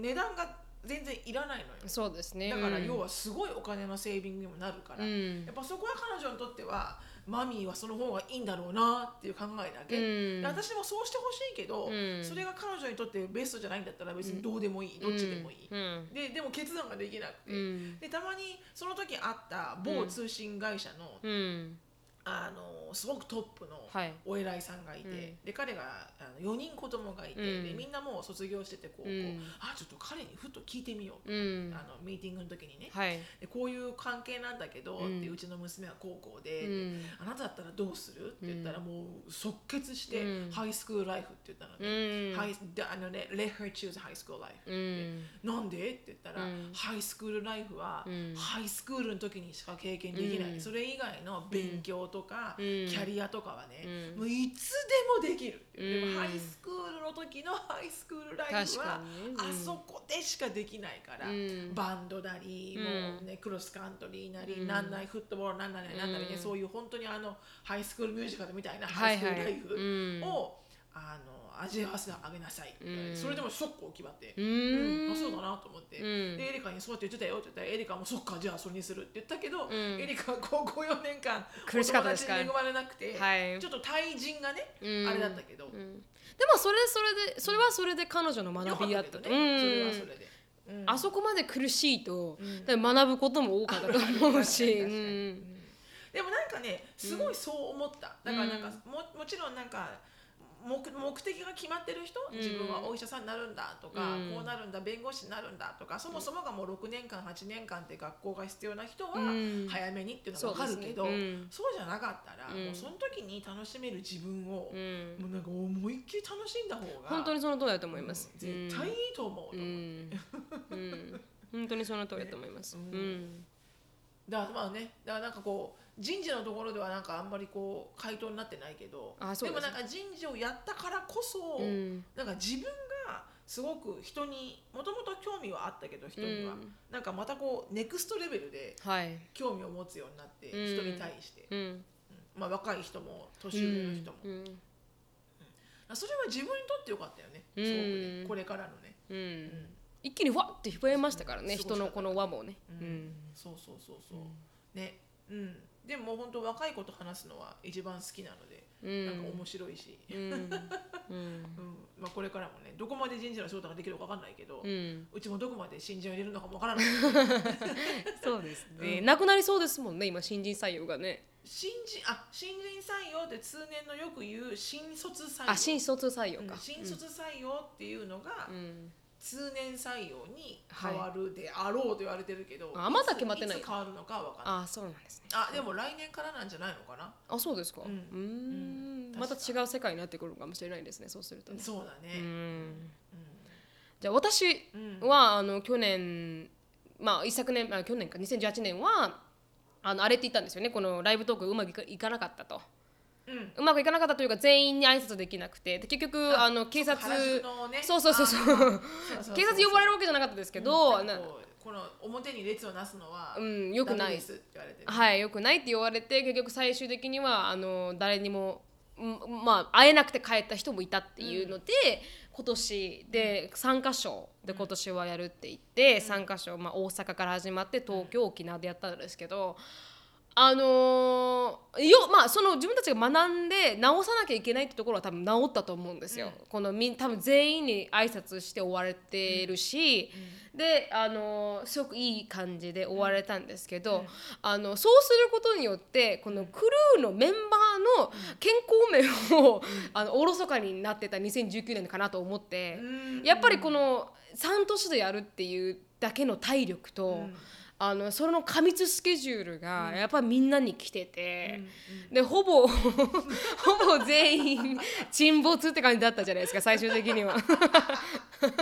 値段が全然いらないのよ
そうですね。
だから要
は、
はすごいお金のセービングにもなるから、
う
や
ん
っ、ぱそこは彼女にとってはマミーはその方がいいんだろうなっていう考えだけ、
うん
で私もそうしてほしいけど、
うん
それが彼女にとってベストじゃないんだったら別にどうでもいい、どっちでもいい、
うん、
ででも決断ができなくて、
うん、
でたまにその時あった某通信会社の,、
うん、
あのすごくトップの
はい
お偉いさんがいて、
うん
で彼があの4人子供がいて、
うん
でみんなもう卒業しててこう,こう、
うん
あちょっと彼にふと聞いてみよう、
うん、
あのミーティングの時にね、
はい、
でこういう関係なんだけど、
うん
ってうちの娘は高校で、
うん
あなただったらどうするって言ったら、
う
もう即決して、
うん
ハイスクールライフって言ったの
う
ね、
ん、
ハイであのね Let her choose high school life って
う
言って、
ん、
なんでって言ったら、
うん
ハイスクールライフは、
うん
ハイスクールの時にしか経験できない、
うん
それ以外の勉強とか、
ん
キャリアとかはね、
う
もういつでもできる、でもハイスクールの時のハイスクールライフは、
確かにねうん
あそこでしかできないから、
うん
バンドなり、もうねクロスカントリーなり、なんないフットボールなんなりなんなりね、そういう本当にあのハイスクールミュージカルみたいなハイスクールライフを、あの味わわせてあげなさい、
うん
それでもショックを決まって。
うん
うんあそうだなと思って、
うん
でエリカにそうやって言ってたよって言ったらエリカもそっかじゃあそれにするって言ったけど、
ん
エリカは高校4年間
苦しかったですか
お友達に恵まれなくて、
はい
ちょっと対人がね、
うん
あれだったけど、
うんでもそれそれでそれはそれで彼女の
よ
学
か
びだっ
け
た
ど
と
ね、
う
それはそ
ん
れで、うん
あそこまで苦しいと、だから学ぶことも多かったと思うし、
確かに確かに
うん
でもなんかねすごいそう思った、
ん
だからなんかももちろんなんか目目的が決まってる人、
ん
自分はお医者さんになるんだとか、
うん
こうなるんだ弁護士になるんだとかそもそもがもう6年間8年間って学校が必要な人は
うん
早めにっていうの
そ
は
う
分か
です
る
ね
けど、
うん
そうじゃなかったら、
うん
もうその時に楽しめる自分を、
うん
もうなんか思いっきり楽しんだ方が
本当
に
にその通りだと思います。
絶対いいと思う
うん、
と思って
うんうん本当にその通りだと思います。
ね
う、
うんだからまあねだからなんかこう人事のところではなんかあんまりこう回答になってないけど
あそう
で
です
もなんか人事をやったからこそ、
うん
なんか自分がすごく人にもともと興味はあったけど人には、
うん
なんかまたこうネクストレベルで
はい、
興味を持つようになって、
うん
人に対して、
うん、
うんまあ、若い人も
う
年上の
ん
人も、、
うん
あそれは自分にとってよかったよねす
うん
ごくね、これからのね、
う
うんん、
一気にわって増えましたからね、
そう
人のこの輪もね。
うんそうそうそうそう、ねうんでも本当若い子と話すのは一番好きなので、
う
なんか
ん、
面白いし、
うん、うん、
うんまあ、これからもねどこまで人事の仕事ができるかわかんないけど、う
うん、
ちもどこまで新人を入れるのかもわからない
そうですね。なくなりそうですもんね、今新人採用がね。
新人あ新人採用って通年のよく言う新卒採用
あ、新卒採用
うん
か。
新卒採用っていうのが、
うん、
通年採用に変わるであろうと言われてるけど、
あまだ決まってない
いつ変わるのかわかんない
あ、そうなんですね。
あでも来年からなんじゃないのかな
あ、そうですか。う
うん
ん、また違う世界になってくるのかもしれないですね、そうするとね。
そうだ
う
ね、
ん
うん
じゃあ私
うん
は、あの去年まあ一昨年あ去年か2018年はあのあれって言ったんですよねこのライブトークうまくいかいかなかったと
うん
うまくいかなかったというか全員に挨拶できなくてで結局あの警察
原宿のね
そうそうそうそう
そうそうそう
警察呼ばれるわけじゃなかったですけど、
うんな
なん
かこうこの表に列をなすのは、
うん良くない
ダメですって言われてる
はいよくないって言われて結局最終的にはあの誰にも、んまあ、会えなくて帰った人もいたっていうので、今年で3箇所で今年はやるって言って、三3箇所、まあ、大阪から始まって東京沖縄でやったんですけど。あのーよまあその自分たちが学んで直さなきゃいけないってところは多分直ったと思うんですよ。このみん多分全員に挨拶して終われてるし、であのーすごくいい感じで終われたんですけど、あのそうすることによってこのクルーのメンバーの健康面を、あのおろそかになってた2019年かなと思って、
うん
やっぱりこの3都市でやるっていうだけの体力と。
ん
あのその過密スケジュールがやっぱりみんなに来てて、
うん
でほぼ ほぼ全員沈没って感じだったじゃないですか最終的に は。
いやでもなるみちゃんと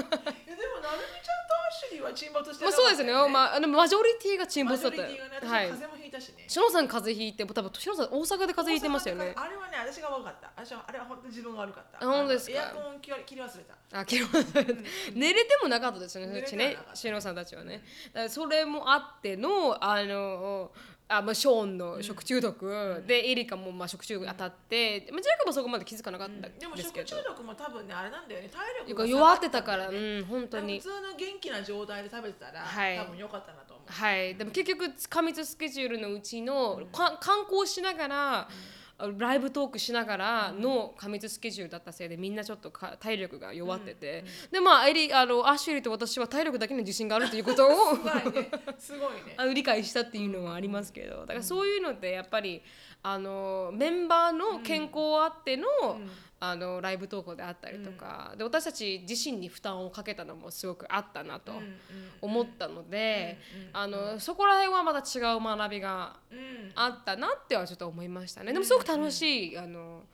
アッシュリーは沈没して
まあ
なかった
そうですね、
あ、
まあ、あのマジョリティが沈
マ
没
ジ
だ
ョ
っ
リ
た
ティがね、私
はい
風邪もひいたしね。
しのさん風邪ひいて多分しのさん大阪で風邪ひいてましたよね
あれはね、私が悪かった。私はあれは本当に自分が悪かった。
あ本当ですか
エアコン切り切り忘れた。
あ切りました 寝れてもなかったですよ
寝
ね
れてはな
ね
かった
しのさんたちはねだからそれもあってのあのあまあ、ショーンの食中毒、でエリカもまあ食中毒当たって、まあ、ジェイコブはそこまで気づかなかったん
でも
ですけ
食
ど
中毒も多分ね、あれなんだよね、体力が下が
弱ってたから、うん、本当に
普。通の元気な状態で食べてたら、
はい
多分良かったなと思う。
はい、でも結局過密スケジュールのうちの、か観光しながら、ライブトークしながらの過密スケジュールだったせいでみんなちょっとか体力が弱ってて、でまあエリあのアシュリーと私は体力だけの自信があるという ことを
すごいね。すごい ね。
あの理解したっていうのはありますけどだからそういうのでやっぱりあのメンバーの健康あっての,、あのライブ投稿であったりとか、で私たち自身に負担をかけたのもすごくあったなと思ったので、あのそこら辺はまた違う学びが
うん。
あったなってはちょっと思いましたねでもすごく楽しい、あの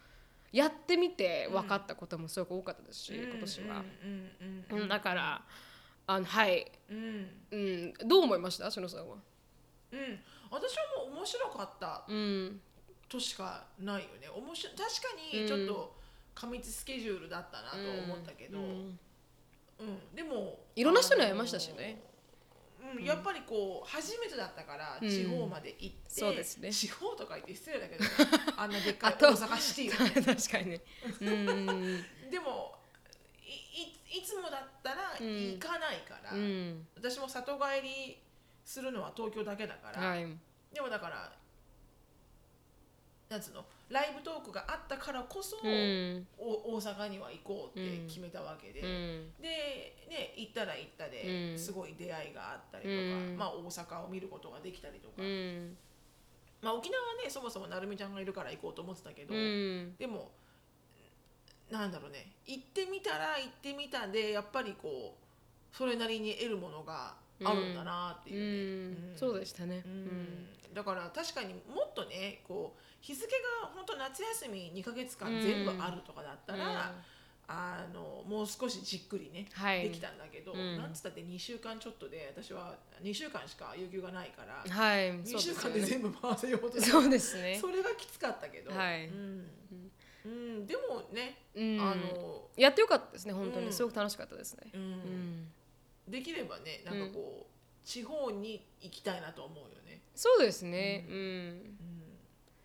やってみて分かったこともすごく多かったですし、今年は、
うんうん
うんだからあのはい、
うんうん。
うん、どう思いましたしのさんは
うん、私はもう面白かった
うん、
としかないよね面白い確かにちょっと過密スケジュールだったなと思ったけど、
う
うん
ん
でも
いろんな人に会いましたしね
あのうん、やっぱりこう初めてだったから
うん
地方まで行って、
そうですね
地方とか言って失礼 だけどあんなでっかい
あと
大阪シテ ィ
確かにねうん
でもいいいつもだったら
うん
行かないから、
うん
私も里帰りするのは東京だけだから、
はい
でもだからなんつうのライブトークがあったからこそ、
うん
お大阪には行こうって決めたわけで、
うん
で、ね、行ったら行ったで、
うん
すごい出会いがあったりとか、
うん
まあ、大阪を見ることができたりとか、
うん
まあ、沖縄はねそもそもなるみちゃんがいるから行こうと思ってたけど、
うん
でもなんだろうね行ってみたら行ってみたでやっぱりこうそれなりに得るものがあるんだなって
う
いうね。
ん
うん
そうでしたね
う
うんん
だから確かにもっとねこう日付が本当夏休み2ヶ月間
うん
全部あるとかだったら、
うん
あのもう少しじっくりね、
はい
できたんだけど、
うん
なんつったって2週間ちょっとで私は2週間しか有給がないから、
はい
2
そう
週
です
間
よ
で
ね
全部回せようとする
そうですね
それがきつかったけど、
はい
うんうんでもね、
うん
あの、
やってよかったですね本当
うん
にすごく楽しかったですね
うん
うん
できればねなんかこう、地方に行きたいなと思うよね、
そうですねうん
うん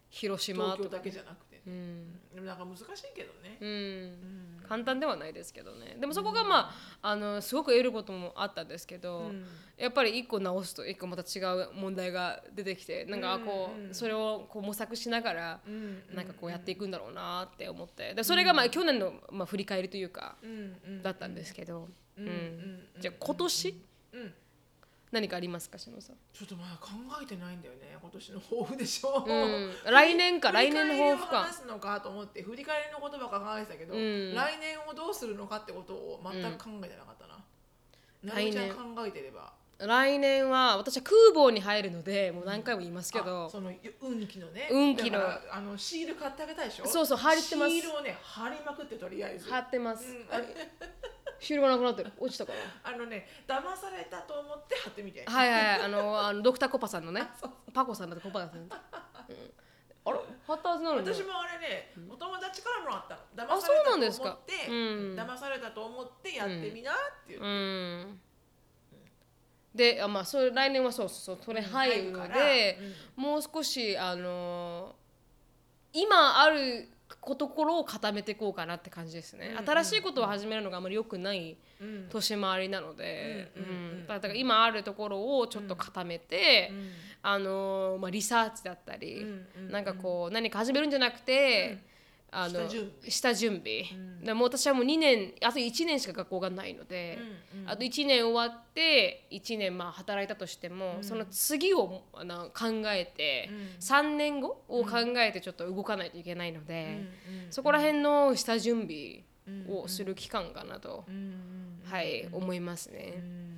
広島
東京
と
だ
か
けじゃなくてね、
うん
でもなんか難しいけどね、
うん
うん
簡単ではないですけどねでもそこがまああのすごく得ることもあったんですけど、
うん
やっぱり一個直すと一個また違う問題が出てきてなんかあこう、
うんうん
それをこう模索しながら
うん
なんかこうやっていくんだろうなって思ってでそれがまあ去年の、まあ、振り返りというか
うんうん
だったんですけど、
うんうん
じゃあ今年
うん
何かありますかしのさん、
ちょっとまだ考えてないんだよね今年の抱負でしょ、
うん、来年か来年の抱負
振り返りを
か
話すのかと思って振り返りのことばっか考えてたけど、
うん
来年をどうするのかってことを全く考えてなかったな、なるみちゃん
来
考えてれば
来年は私は空母に入るのでもう何回も言いますけ
あ
ど、
その運気のね
運気の
だからあのシール買ってあげたいでしょ
そうそう貼りてます
シールをね貼りまくってとりあえず
張ってます、
うん
あれ終了がなくなってる落ちたかな
あのね騙されたと思って貼ってみて
はいはいはいあのあのドクターコパさんのねパコさんだとコパさん、うん、あれハッターズなのに
私もあれね、お友達からもらったの騙
あ
され
そうな
たと
ん
思っ
ですかう
て、
ん
騙されたと思ってやってみなっていう、
うんであまあそれ来年はそうそうそうそれ入るの
入るから
で、もう少しあのー今あることころを固めていこうかなって感じですね、
うんうん
新しいことを始めるのがあまり良くない
うんうん
年回りなので、
うんうんうんう
う
ん
んだから今あるところをちょっと固めて、
うん
あのーまあ、リサーチだったり、
うんうんうん
なんかこう何か始めるんじゃなくて、あの
下準備
下準備でもう私はもう2年あと1年しか学校がないので、
うんうん
あと1年終わって1年まあ働いたとしても、
うん
その次をあの考えて、
うん
3年後を考えてちょっと動かないといけないの
うん
で、
うん
そこら辺の下準備をする期間かなと、
うんうんうん
はい、思います
う
ね。
ん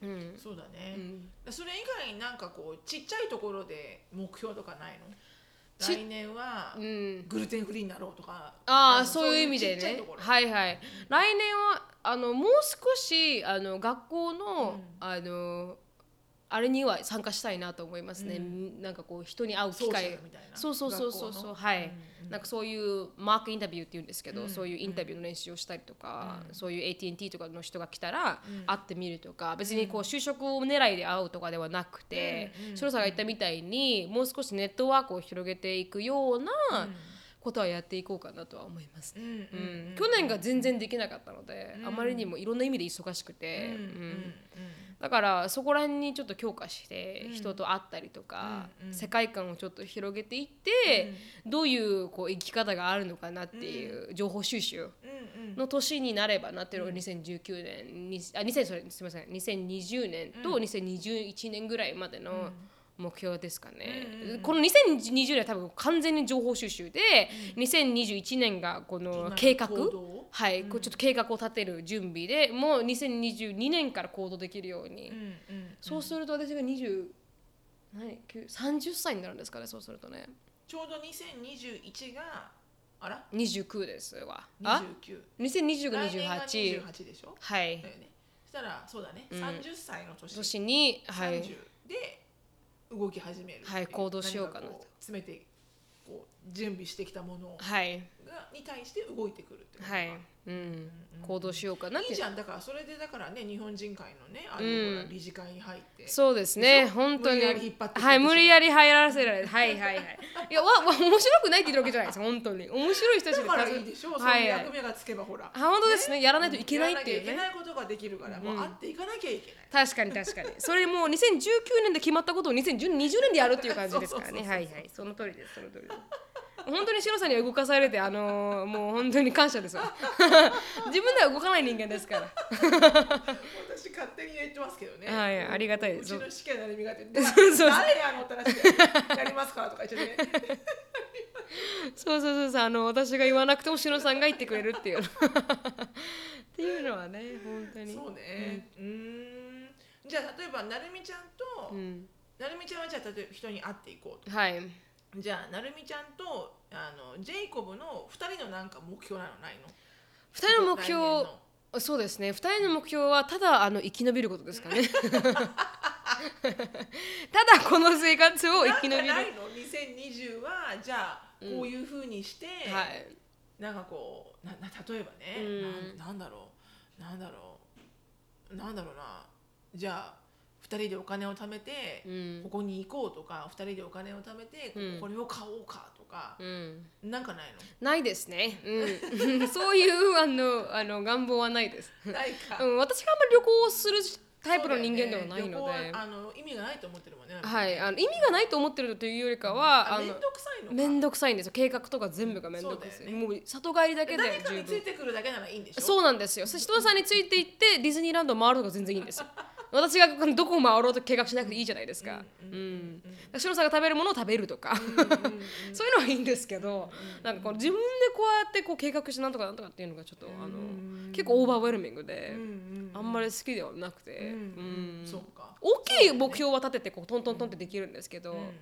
うん
そうだね
う、ん
それ以外になんかこうちっちゃいところで目標とかないの
ち
来年は
うん
グルテンフリーになろうとか
あ
の
あそういう意味で
ちっちゃい
ね
ところ
はいはい来年はあのもう少しあの学校の、
うん
あのあれには参加したいなと思いますね、
う
なんかこう人に会う
ソ
機
ーシ
会
ャルみたいな
そうそうそうそう
学
そ
校
う
の
はい、
うんうん
なんかそういうマークインタビューっていうんですけど、
うん
そういうインタビューの練習をしたりとか、
うん
そういう AT&T とかの人が来たら
うん
会ってみるとか、別にこう就職を狙いで会うとかではなくて、
うんうん
シロさんが言ったみたいにもう少しネットワークを広げていくようなことはやっていこうかなとは思いますね
うんうん
う
うん
ん去年が全然できなかったので、
うん
あまりにもいろんな意味で忙しくて、
うんう
うんんだからそこら辺にちょっと強化して、
うん
人と会ったりとか、
うんうん
世界観をちょっと広げていって、どういうこう生き方があるのかなっていう情報収集
うんうん
の年になればなっていうのが2019年にあ2000それすみません2020年と2021年ぐらいまでの目標ですかね、
うんうん
この2020年は多分完全に情報収集で、2021年がこの計画
行動を
はい、こうちょっと計画を立てる準備でもう2022年から行動できるように、
うんうん
そうすると私が20何9 30歳になるんですかねそうするとね
ちょうど2021があら
29ですわあ
29
2020が
来年が
28,
28でしょ
はい
だよねそしたらそうだね
ん
30歳の年
年に、は
30
い、
で動き始めるってう
はい行動しようかなと
何こう詰めてこう準備してきたもの
はい
がに対して動いてくるっていうのが
はい、うん、行動しようかなっ
いい
て
じゃんだからそれでだからね日本人会のねあ
うん
のほら理事会に入って
そうですね
でしょ
本当に
無理やり引っ張ってきて
はい無理やり入らせられるはいはいはいいやわわ面白くないって言ってるわけじゃないです本当に面白い人たち
だ
で
からいいでしょう、
は
そう
い
いう
はい
役目がつけばほら
あ本当ですねやらないといけないっていうね
やらなきゃいけないことができるから、もう会っていかなきゃいけない
確かに確かにそれもう2019年で決まったことを2020年でやるっていう感じですからねは
そうそうそうそう
いはいその通りですその通りです本当にシロさんには動かされてあのーもう本当に感謝ですよ 自分では動かない人間ですから
私勝手に言ってますけどね
はいありがたいで
う
す
ちの試験のみがって「
そうそう
誰やの?」ったらしくやりますから」とか言ってね
そうそうそうそうあの私が言わなくてもシロさんが言ってくれるっていう っていうのはね本当に
そうねうーんじゃあ例えばなるみちゃんと、
うん
なるみちゃんはじゃあ例えば人に会っていこう
はい
とじゃあなるみちゃんとあのジェイコブの2人のなんか目標なのないの
二人の目標
来年の
そうですね2人の目標はただあの生き延びることですか ねただこの生活を生き延びる
なんかないの2020はじゃあこういうふうにして、
はい
なんかこうなな例えばね、
うん
なんなんだろうなんだろうなんだろうなじゃあ2人でお金を貯めて、
うん
ここに行こうとか2人でお金を貯めて、こ
うん
これを買おうかとか、
うん
なんかない
ないですね、うん そういうあのあの願望はないです、
の ないか、
うん、私があんまり旅行するタイプの人間ではないので
そうだよね旅行はあの意味がないと思ってるもんね
はい、あの意味がないと思ってるというよりかは
あ
あ
面
の
倒くさいのか
面倒くさいんですよ計画とか全部が面倒くさ
そう
い、
だよね
もう里帰りだけで
誰か
十
につい
分
てくるだけならいいんでしょ
そうなんですよそして人さんについて行ってディズニーランドを回るとか全然いいん ですよ私がどこを回ろうと計画しなくていいじゃないですかうん白さんが食べるものを食べるとかそういうのはいいんですけどなんかこう自分でこうやってこう計画してなんとかなんとかっていうのがちょっとあの結構オーバーウェルミングで
うんうん
あんまり好きではなくて
う
うん
うん
ん
そうか
大きい目標は立ててこうトントントンってできるんですけど、
うん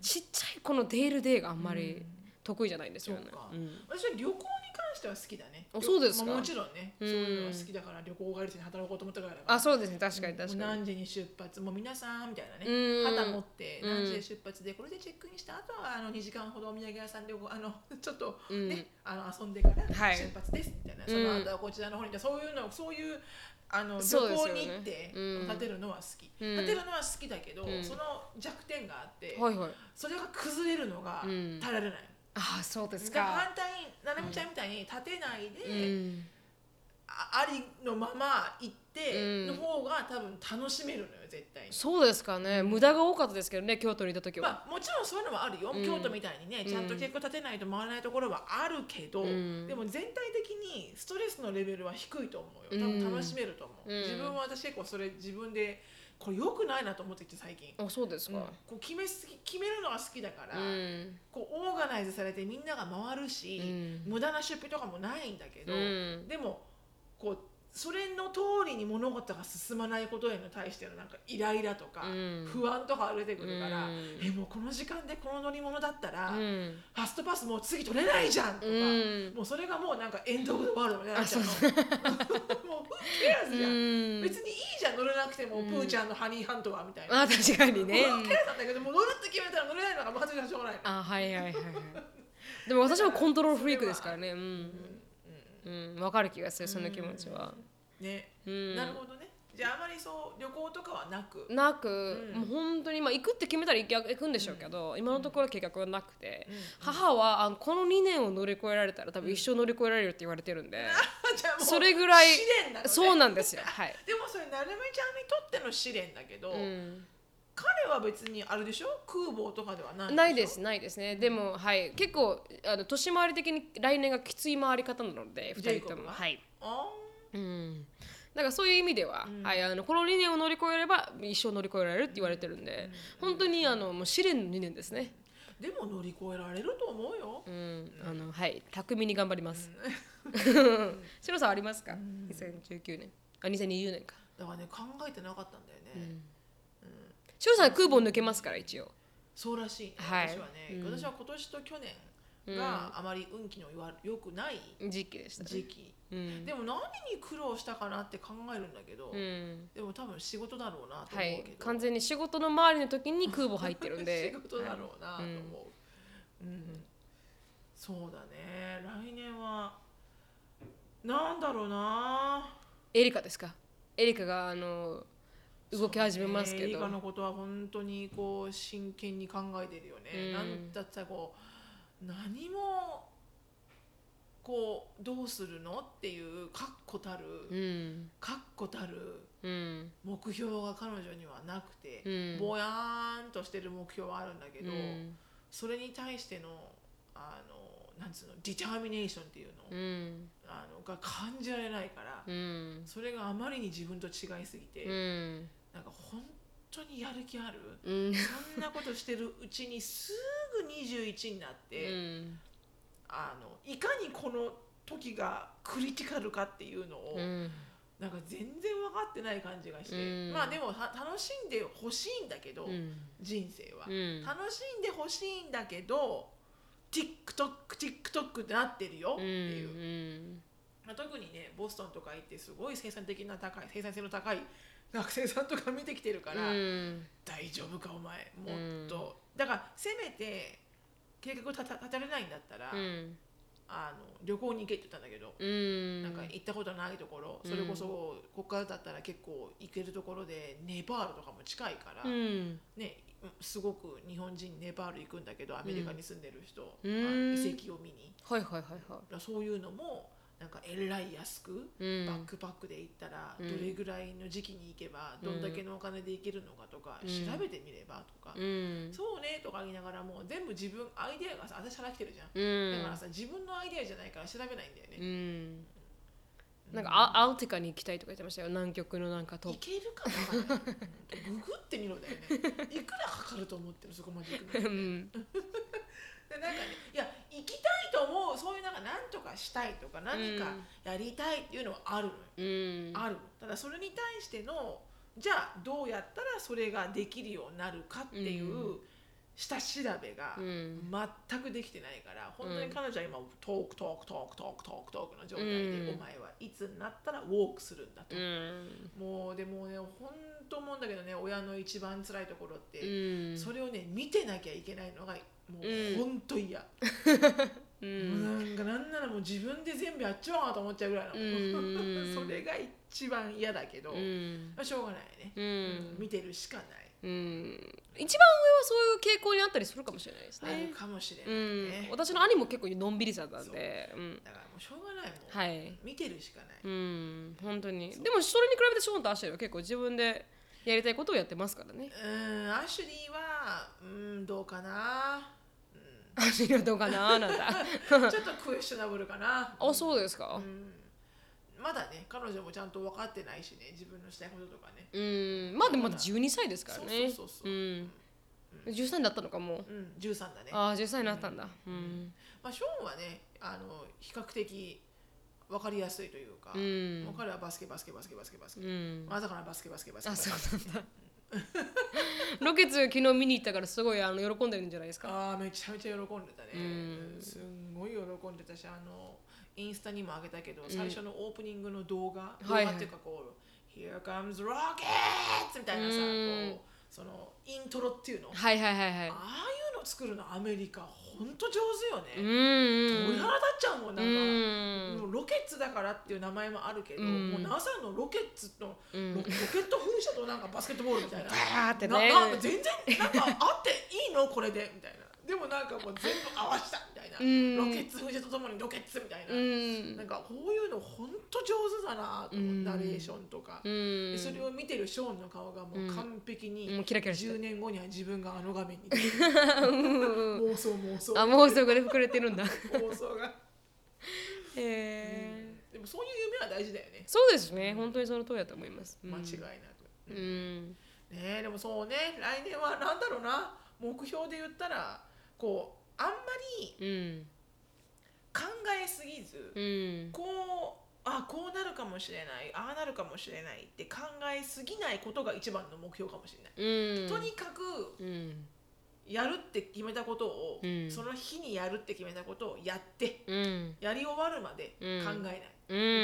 ちっちゃいこのデイルデイがあんまり得意じゃないんです
そう
よね。
か、
うん
私は旅行に関しては好きだね
あそうですか
まあもちろんね、
うん
そういうのは好きだから旅行会社に働こうと思ったからだから
あそうですね確かに確
もう
かに。
何時に出発もう皆さんみたいなね、
うん
旗持って
うん
何時で出発でこれでチェックインした後はあの2時間ほどお土産屋さんでごあの ちょっと
う
ね、
ん
あの遊んでから
はい
出発ですみたいな、
うん
その後はこちらの方にそういうのそういうあの旅
そうです
行
よね
に行って
うん
立てるのは好き、
うん
立てるのは好きだけど、
うん
その弱点があって、
はいはい。
それが崩れるのが
うん
耐えられない。
あそうです
だか
か。
ら反対にななみちゃんみたいに立てないうで、
ん、
あありのまま行っ
う
ての
ん
方が多分楽しめるのよ絶対に。
そうですかね無駄が多かったですけどね京都にいた時は。
まあ、もちろんそういうのはあるよ、
うん
京都みたいにねちゃんと結構立てないと回らないところはあるけど、
ん
でも全体的にストレスのレベルは低いと思う
う
よ
ん
多分楽しめると思う、
うん
自分は私結構それ自分でこれ良くないなと思ってきて最近、
あそうですか。
こう決めすぎ決めるのが好きだから、
うん。
こうオーガナイズされてみんなが回るし、
うん
無駄な出費とかもないんだけど、
うん
でもこうそれの通りに物事が進まないことへの対してのなんかイライラとか、
うん
不安とか出てくるから、
うん
えもうこの時間でこの乗り物だったら、
うん
ファストパスもう次取れないじゃんとか、
うん
もうそれがもうなんかエンド・オブ・ワールドみたいになっちゃうの もうフケアズじゃん、
うん
別にいいじゃん乗れなくても、プーちゃんのハニーハントはみたいな。
あ確かにね。
もうフケアズなんだけどもう乗るって決めたら乗れないのがまずいしょうがないの
あはいはいはいはい。でも私もコントロールフリークですからね。うん。うん、わかる気がするその気持ちは。
ね、
うん
なるほどねじゃああまりそう旅行とかはなく
なく、
うん
もう本当に、まあ、行くって決めたら行きゃ行くんでしょうけど、今のところ計画はなくて、
うん
母はあのこの2年を乗り越えられたら多分一生乗り越えられるって言われてるんで、
じゃあもう
それぐらい
試練なのね
そうなんですよはい、
でもそれなるみちゃんにとっての試練だけど、
うん
彼は別にあれでしょ空母とかではない
ないで
し
すないですねでも、はい、結構あの年回り的に来年がきつい回り方なので
ジェ
2
イ
人
コ
と
ブ
も
は
はい、
ょあ
うん、だからそういう意味では、はい、あのこの2年を乗り越えれば一生乗り越えられるって言われてるんで、本当にあのもう試練の2年ですね、
ーでも乗り越えられると思うよ、
うん、あのはい、巧みに頑張ります。シロさんありますか？2019年、あ2020年か。
だからね考えてなかったんだよね、
シロさん空母抜けますから一応。
そうらしいね、
はい
私はね、私は今年と去年があまり運気のよわ良くない
時期でした、ね。
時期、
うん。
でも何に苦労したかなって考えるんだけど、
うん。
でも多分仕事だろうなと
は
思う
い
け、ど、
完全に仕事の周りの時に空母入ってるんで
仕。事だろうなと思う、うん、そうだね来年はなんだろうな
エリカですかエリカがあの動き始めますけ
そうねエリ
ど、
カのことは本当にこう真剣に考えてるよね、
うん
なんだったらこう何もこうどうするのっていう確固た
う
る
ん
確固たる
うん
目標が彼女にはなくて、
うん
ぼやーんとしてる目標はあるんだけ
う
ど、
ん
それに対してのあのなんつうのディターミネーションっていうの,、
うん
あのが感じられないから、
うん
それがあまりに自分と違いすぎて、
うん
なんか本当にやる気ある、
うん
そんなことしてるうちにすぐ21になって、
うん
あのいかにこの時がクリティカルかっていうのを、
うん
なんか全然分かってない感じがして、
うん
まあでもた楽しんでほしいんだけど、人生は、
うん
楽しんでほしいんだけど TikTokTikTok ってなってるよっていう、
うん
まあ特にねボストンとか行ってすごい生産的な高い生産性の高い学生さんとか見てきてるから、
うん
大丈夫かお前もっと、だからせめて計画を立た立たれないんだったら、
うん
あの旅行に行けって言ったんだけど、
うん
なんか行ったことないところ、
うん
それこそここからだったら結構行けるところでネパールとかも近いから、
うん
ね、すごく日本人ネパール行くんだけどアメリカに住んでる人、
うん
あ
うん
遺跡を見に
はいはいはいは
そういうのもなんかえらい安く
いうん
バックパックで行ったら
う
ど
ん
れぐらいの時期に行けば
うん
どんだけのお金で行けるのかとか
うん
調べてみればとか
うん
そうねとか言いながらもう全部自分アイデアがさ私から来てるじゃん
うん
だからさ自分のアイデアじゃないから調べないんだよ
うん
ね
なんかアアルティカに行きたいとか言ってましたよ南極のなんかトッ
行けるかわかんないググってみろだよ ねいくらかかると思ってるそこまで行くの
プうん
でなんかねいや行きたいと思うそういうなんか何とかしたいとか何かやりたいっていうのはあるのよ、
うん
あるのただそれに対してのじゃあどうやったらそれができるようになるかっていうう下調べが
うん
全くできてないから本当に彼女は今トークトークトークトークトークトークの状態
うん
でお前はいつになったらウォークするんだと
うん
もうでもね本当思うんだけどね親の一番辛いところって、
うん
それをね見てなきゃいけないのがも
うん
う本当嫌、
う
もうんなんかなんならもう自分で全部やっちまおうかと思っちゃうぐらいの、
うん
それが一番嫌だけど、
うん
まあしょうがないね、
うん
見てるしかない、
うん一番上はそういう傾向にあったりするかもしれないです
あ
ね
るかもしれ
う
ない
ん
ね、だか
私の兄も結構のんびりさなんでうん
らもうしょうがないもん、
はい
見てるしかない、
うん本当にでもそれに比べてショーンとアシェルは結構自分でやりたいことをやってますからね
うんアシュリーはうんどうか な、う
アシェルはどうかなな んだ
ん、ちょっとクエスチョナブルかな
あそうですか
うんまだね彼女もちゃんと分かってないしね自分のしたいこととかね
うんまあでもまだ12歳ですからね
そうそうそうそう
うん13だったのかもう
うん13だね
ああ13歳になったんだうん
まあ、ショーンはねあの比較的分かりやすいというか、
うん
もう彼はバスケバスケバスケバスケバス
う
ケ、
ん
朝からバスケバスケバスケ
あ
バス
そ
ケ
うなんだロケツ昨日見に行ったからすごいあの喜んでるんじゃないですか
あーめちゃめちゃ喜んでたね、
うん
すんごい喜んでたしあのインスタにもあげたけど、最初のオープニングの動画、動
はい
画
はい
っていうかこう「Here comes rockets!」みたいなさ、
うん
こうそのイントロっていうの、
はいはいはいはい
ああいうの作るのアメリカほんと上手
う
よ
ん
ね、
うん
鳥肌立っちゃうもんなんか、
うん
もうロケッツだからっていう名前もあるけど、
うん
もう NASA のロケッツの
う
ロ
ん
ロケット噴射となんかバスケットボールみたいな。
バーってね
なな全然なんかあっていいのこれでみたいな。でもなんかもう全部合わせたみたいな。
うん
ロケッツ噴射とともにロケッツみたいな。
うん
なんかこういうの本当上手だなと思う、
うん
ナレーションとか。
うん
でそれを見てるショーンの顔がもう完璧に、
もうキラキラして
10
る
年後には自分があの画面に 妄想妄想
あもうそこで膨れてるんだ
妄想が、
へえ
でもそういう夢は大事だよね
そうですね本当にその通りだと思いますうん
間違いなく、
うん
ねえでもそうね来年は何だろうな目標で言ったらこうあんまり
うん
考えすぎず、
うん
こうあこうなるかもしれないああなるかもしれないって考えすぎないことが一番の目標かもしれない、
うん
とにかく
うん
やるって決めたことを、
うん
その日にやるって決めたことをやって
うん
やり終わるまで考えない、
う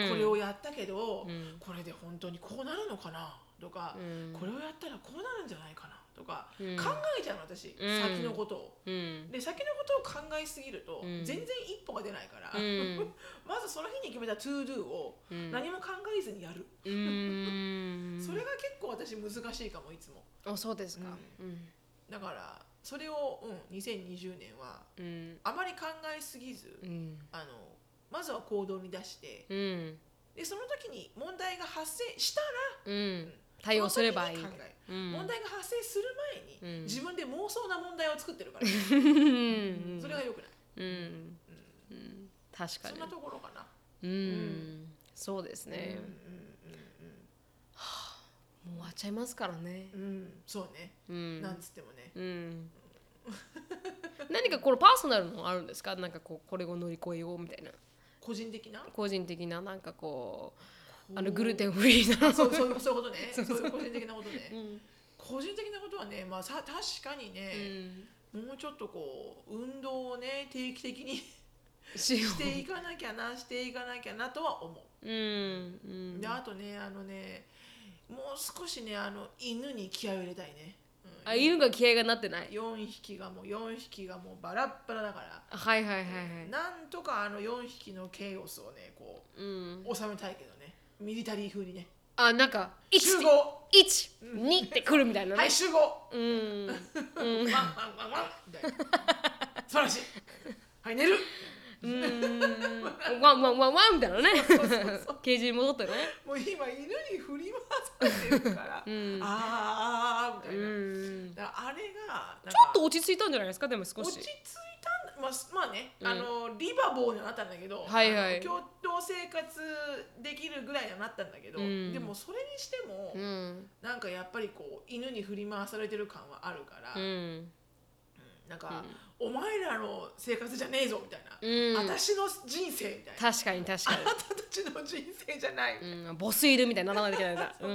ん
これをやったけど、
うん
これで本当にこうなるのかなとか、
うん
これをやったらこうなるんじゃないかなとか、
うん
考えちゃうの私、
うん
先のことを。
うん
で先のことを考えすぎると、
うん
全然一歩が出ないから、
うん
まずその日に決めた to do を
うん
何も考えずにやる、
うーん
それが結構私難しいかもいつも
あそうですかうん
だからそれを、うん、2020年は
うん
あまり考えすぎず、
うん
あのまずは行動に出して
うん
でその時に問題が発生した
う
ら
ん対応すればいい
その時に考え
う
る
ん
問題が発生する前に、
うん
自分で妄想な問題を作ってるから、
うん
それがよくない、
うんうん確か
そんな
に
ところかな、
うんそうですね
う
もう終わっちゃいますからね
んうんうんうん、うん、そうね、
うん
なんつってもね
うん何かこのパーソナルのあるんですかなんかこうこれを乗り越えようみたいな
個人的な
個人的ななんかこうあ
こ
の
う
グルテンフリーな
そうそういうそういうこと ねそういう個人的なことね、個人的なことはね、まあ、さ確かに
う
ね、
ん
もうちょっとこう運動をね定期的に
しよ
していかなき ゃなしていかなきゃなとは思
ううんう
う、
ん
であとねあのねもう少しねあの犬に気合を入れたいね、うん
あ犬が気合がなってない
4匹がもう4匹がもうバラッバラだから、
あはいはいはいはい
なんとかあの4匹のケイオスをねこ
うん
う収めたいけどねミリタリー風にね
あなんか
集
1
合
一二ってくるみたいな
は
ね
い集合
うん
ワンワンワンワンみたいな素晴らしいはい寝る
うんワンワンワンワンみたいなねケージに戻ってね
もう今犬に振り回されてるから、
ん
あーあーあーみ
うん
たいな、だからあれがなんか
ちょっと落ち着いたんじゃないですかでも少
落
し
ち着いたんだまあすまあね、あのリバボーにはなったんだけど、
はいはい
あの共同生活できるぐらいにはなったんだけど、
うん
でもそれにしても、
うん
なんかやっぱりこう犬に振り回されてる感はあるから、
うん
なんか、お前らの生活じゃねえぞみたいな、
うん
私の人生みたいな
確かに確 か
あなたたちの人生じゃない、
に、うん、ボスいるみたいにならないとい けないんだ、う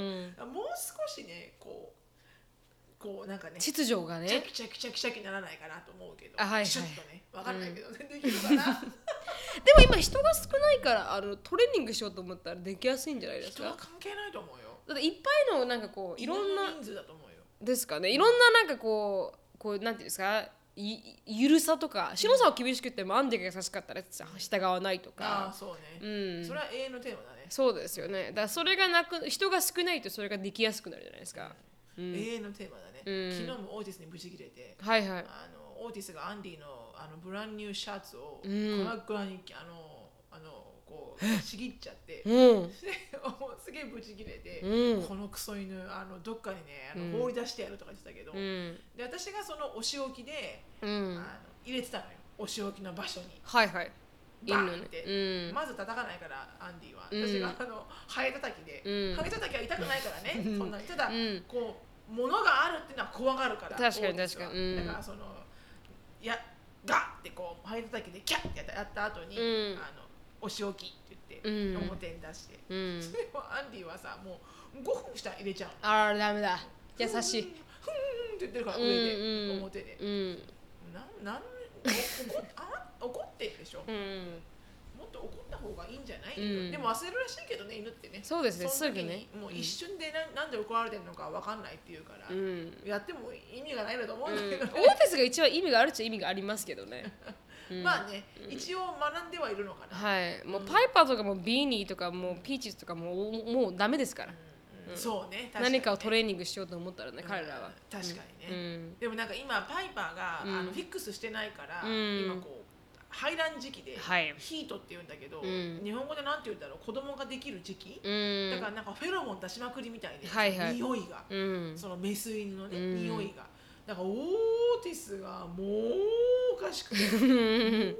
ん、
もう少しねこうこうなんかねチ
秩序が
ャ
ね
キチャキチャキチャキならないかなと思うけど
あはいはい
シュッとねわかんないけど、ねできるか な
でも今人が少ないからあのトレーニングしようと思ったらできやすいんじゃないです
人は
か
関係ないと思うよ
だっていっぱいのなんかこういろんな
犬の人数だと思うよ
ですかねいろんななんかこうこうなんていうんですかいゆるさとか白さを厳しくってもアンディが優しかったら従わないと
ああ
か
そう
う
ね、
ん
それは永遠のテーマだね、
そうですよねだからそれがなく人が少ないとそれができやすくなるじゃないですか、うん
永遠のテーマだね、
うん
昨日もオーティスにブチ切れて
はいはい
あのオーティスがアンディのあのブランニューシャツを
うん
ガラガラにあのあのこうちぎっちゃって
うん
でもうすげえブチ切れて、
うん
このクソ犬あのどっかにねあ
うん
の放り出してやるとか言ってたけど、
うん
で私がそのお仕置きで、
うん
あの入れてたのよお仕置きの場所に。
はいはいいい
バ
の
ーンっ
ね
て、
うん
まず叩かないからアンディは
うん
私があのハエ叩きで、
うん
ハエ叩きは痛くないからね、そんなにただ、
うん
こう物があるっていうのは怖がるから
確かに
オーティスは
確かにうん
だからそのやガッてこうハエ叩きでキャッてやったやった後に、
うん
あのお仕置きって
う
言って、
ん
表に出して、
うん
それをアンディはさもう5分したら入れちゃうの
あらダメだ優しい
ふーんって言ってるから上で、
うんうん
表で
うん
なんなんお怒っあ怒ってるでしょ
うん
もっと怒った方がいいんじゃない、
うん
でも忘れるらしいけどね犬ってね
そうですね
その
す
時
ぐ
に
ね
もう一瞬でな,、ん、なんで怒られてるのかわかんないっていうから、
うん
やっても意味がないなと思う
うんん
だけど、
オーティスが一番意味があるっちゃ意味がありますけど ね。うん
まあね、一応学んではいるのかな、
はい、もうパイパーとかもビーニーとかもうピーチーズとかもおもうダメですから、
うんそうね確かにね
何かをトレーニングしようと思ったらね、彼らは。
確かに
う
ね、
ん、
でもなんか今パイパーが、
うん
あのフィックスしてないから、
うん
今こう排卵時期で、
はい
ヒートって言うんだけど、
うん
日本語でなんて言うんだろう子供ができる時期、
うん、
だからなんかフェロモン出しまくりみたいで、
はいはい
匂いが、
うん、
そのメス犬のね、
うん
匂いがだからオーティスがもうおか しくてもう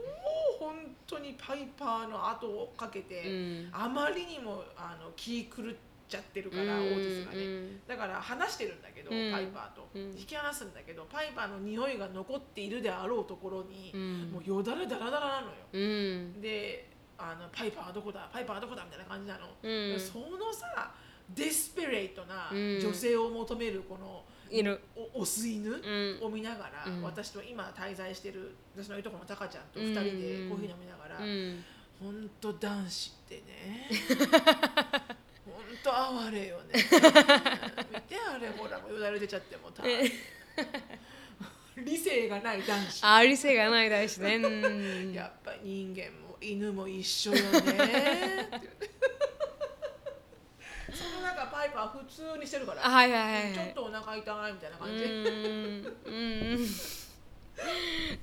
本当にパイパーの後をかけて、
うん
あまりにもあの気狂っちゃってるから、オーティスがね、だから話してるんだけど、
うん
パイパーと、
うん
引き離すんだけどパイパーの匂いが残っているであろうところに、
うん
もうよだれだらだらなのよ、
うん、
であのパイパーはどこだパイパーはどこだみたいな感じなの、
うん
そのさデスペレートな
うん
女性を求めるこの、
犬、
おオス犬
ん
を見ながら、
うん
私と今滞在してる私のいとこのタカちゃんと2人で
うん
コーヒー飲みながら、
うん、
ほんと男 子ってねほんと哀れよね見てあれほらもうよだれ出ちゃってもうた理性がない男子
ありせがないだしね。うん
やっぱ人間も犬も一緒よねっていうねその中パイパー普通にしてるから
あはいはいはいはい。
ちょっとお腹痛いみたいな感
う
じ
んうん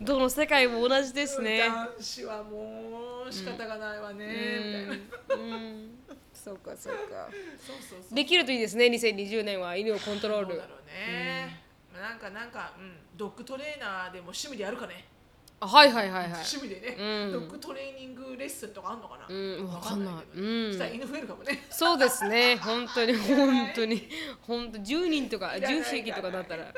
どの世界も同じですね。
男子はもう仕方がないわね、みたいな
うんうんそうかそうか。
そうそうそう
できるといいですね。2020年は犬をコントロー
どう
ル
だ。ろうね、まあなんかなんか、うん、ドッグトレーナーでも趣味でやるかね、
あはいはいはいはい。
趣味でね、
うん
ドッグトレーニングレッスンとかあんのかな、
うんわかんない。
け
う
どしたら
ん。
犬増えるかもね
そうですね。本当に本当に本当10人とか
いらない
10匹とかだったら。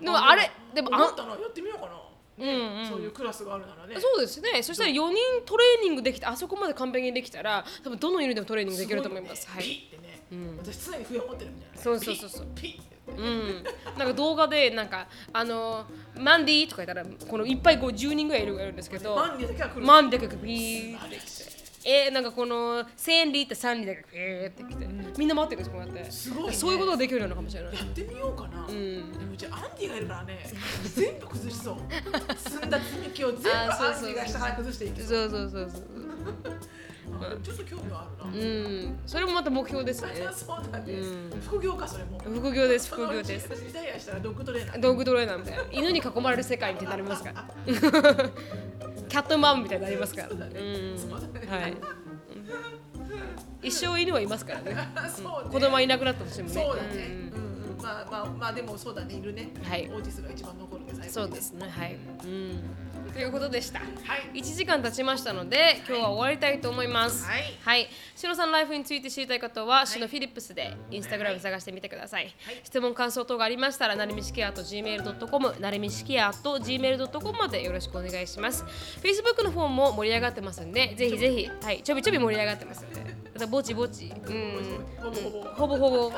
で
でもあれでもあ
思ったらやってみようかな、
うんうん
そういうクラスがあるならね
そうですね。そしたら4人トレーニングできてあそこまで完璧にできたら多分どの犬でもトレーニングできると思います。
ご
はい。
ね、ピッてね、私常に笛を持ってるみたいなね
そうそうそうそう
ピッピッって言って
うん、なんか動画でなんかあのマンディーとか言ったらこのいっぱいこう10人ぐらいいるいるんですけど
マンディーだけは来る
マンディーがビー
あれって
えー、なんかこの千里って三里だけえーってきてみんな待ってるんですこうやって
すごいね
そういうことができるのかもしれない
やってみようかな、
ん
でもうちアンディがいるからね全部崩 しそう積んだ積み木を全部
あそう
ア
そうそ
ン
う
ディが下から崩していきそう
そうそうそうそう
あでもちょっと興味はあるな、
うんそれもまた目標ですね
そうなんです、
うん
副業かそれも
副業です副業です
そのうちリタイアしたらドッグトレーナー
道具トレーナーみたいな犬に囲まれる世界みたいになりますから キャットマンみたいになりますから
そうだねそうだね
うんはい一生犬はいますからね
そうね
子供はいなくなってほしいもんね
そうだね
ん。
うんうん。まあまあまあでもそうだねいるね。
はい
オーティスが一番残るね最後に
そうですね、はい。うん、ということでした。
はい。
1時間経ちましたので、今日は終わりたいと思います。
はい
はい。シノさんライフについて知りたい方は、シノフィリップスでインスタグラム探してみてください。
はい
質問、感想等がありましたら、なるみしきやと gmail.com、なるみしきやと gmail.com までよろしくお願いします。Facebook の方も盛り上がってますんで、ぜひぜひ、はい、ちょびちょび盛り上がってますんで、またぼちぼち、うん。
ほぼほぼ。
ほぼほぼ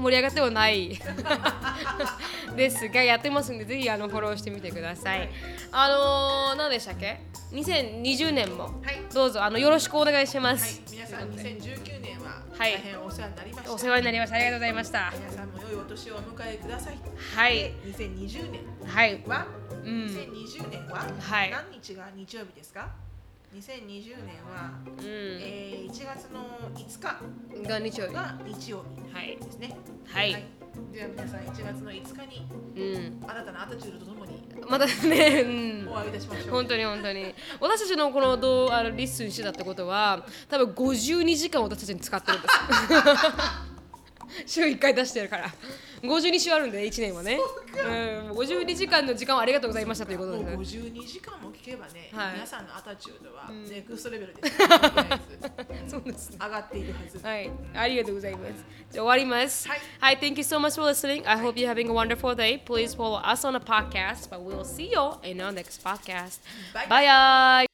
盛り上がってはない ですがやってますんでぜひあのフォローしてみてください。あのー、何でしたっけ2020年も、
い
どうぞあのよろしくお願いしま
はい
す。。
皆さん2019年は
はい
大変お世話になりました。
お世話になりましたありがとうございました。
皆さんも良いお年をお迎えください。
はい
2020年
はい
は、
うん
2020年は、
はい
何日が日曜日ですか？2020年は、
うん
えー、1月の5日
が日曜日は
が日曜日
い
ですね。
はい、
では皆さん1月の5日に
うん
新たなアタチュードとともに
またねうん
お会いいたしましょう。
本当に本当に私たちのこのどうあのリッスンしてたってことは多分52時間私たちに使ってるんです 週1回出してるから52週あるんで1年はねうん、52時間の時間をありがとうございましたということ
も
で
う
すね
52時間も聞けばね、
はい
皆さんのアタチュードはネクストレベルです、とりあえず
そうです
上がっているは ず。
はい、ありがとうございます。じゃあ終わります。
はい
Hi, thank you so much for listening. I hope you're having a wonderful day. Please follow us on the podcast, but we'll see you in our next podcast.
Bye.
Bye.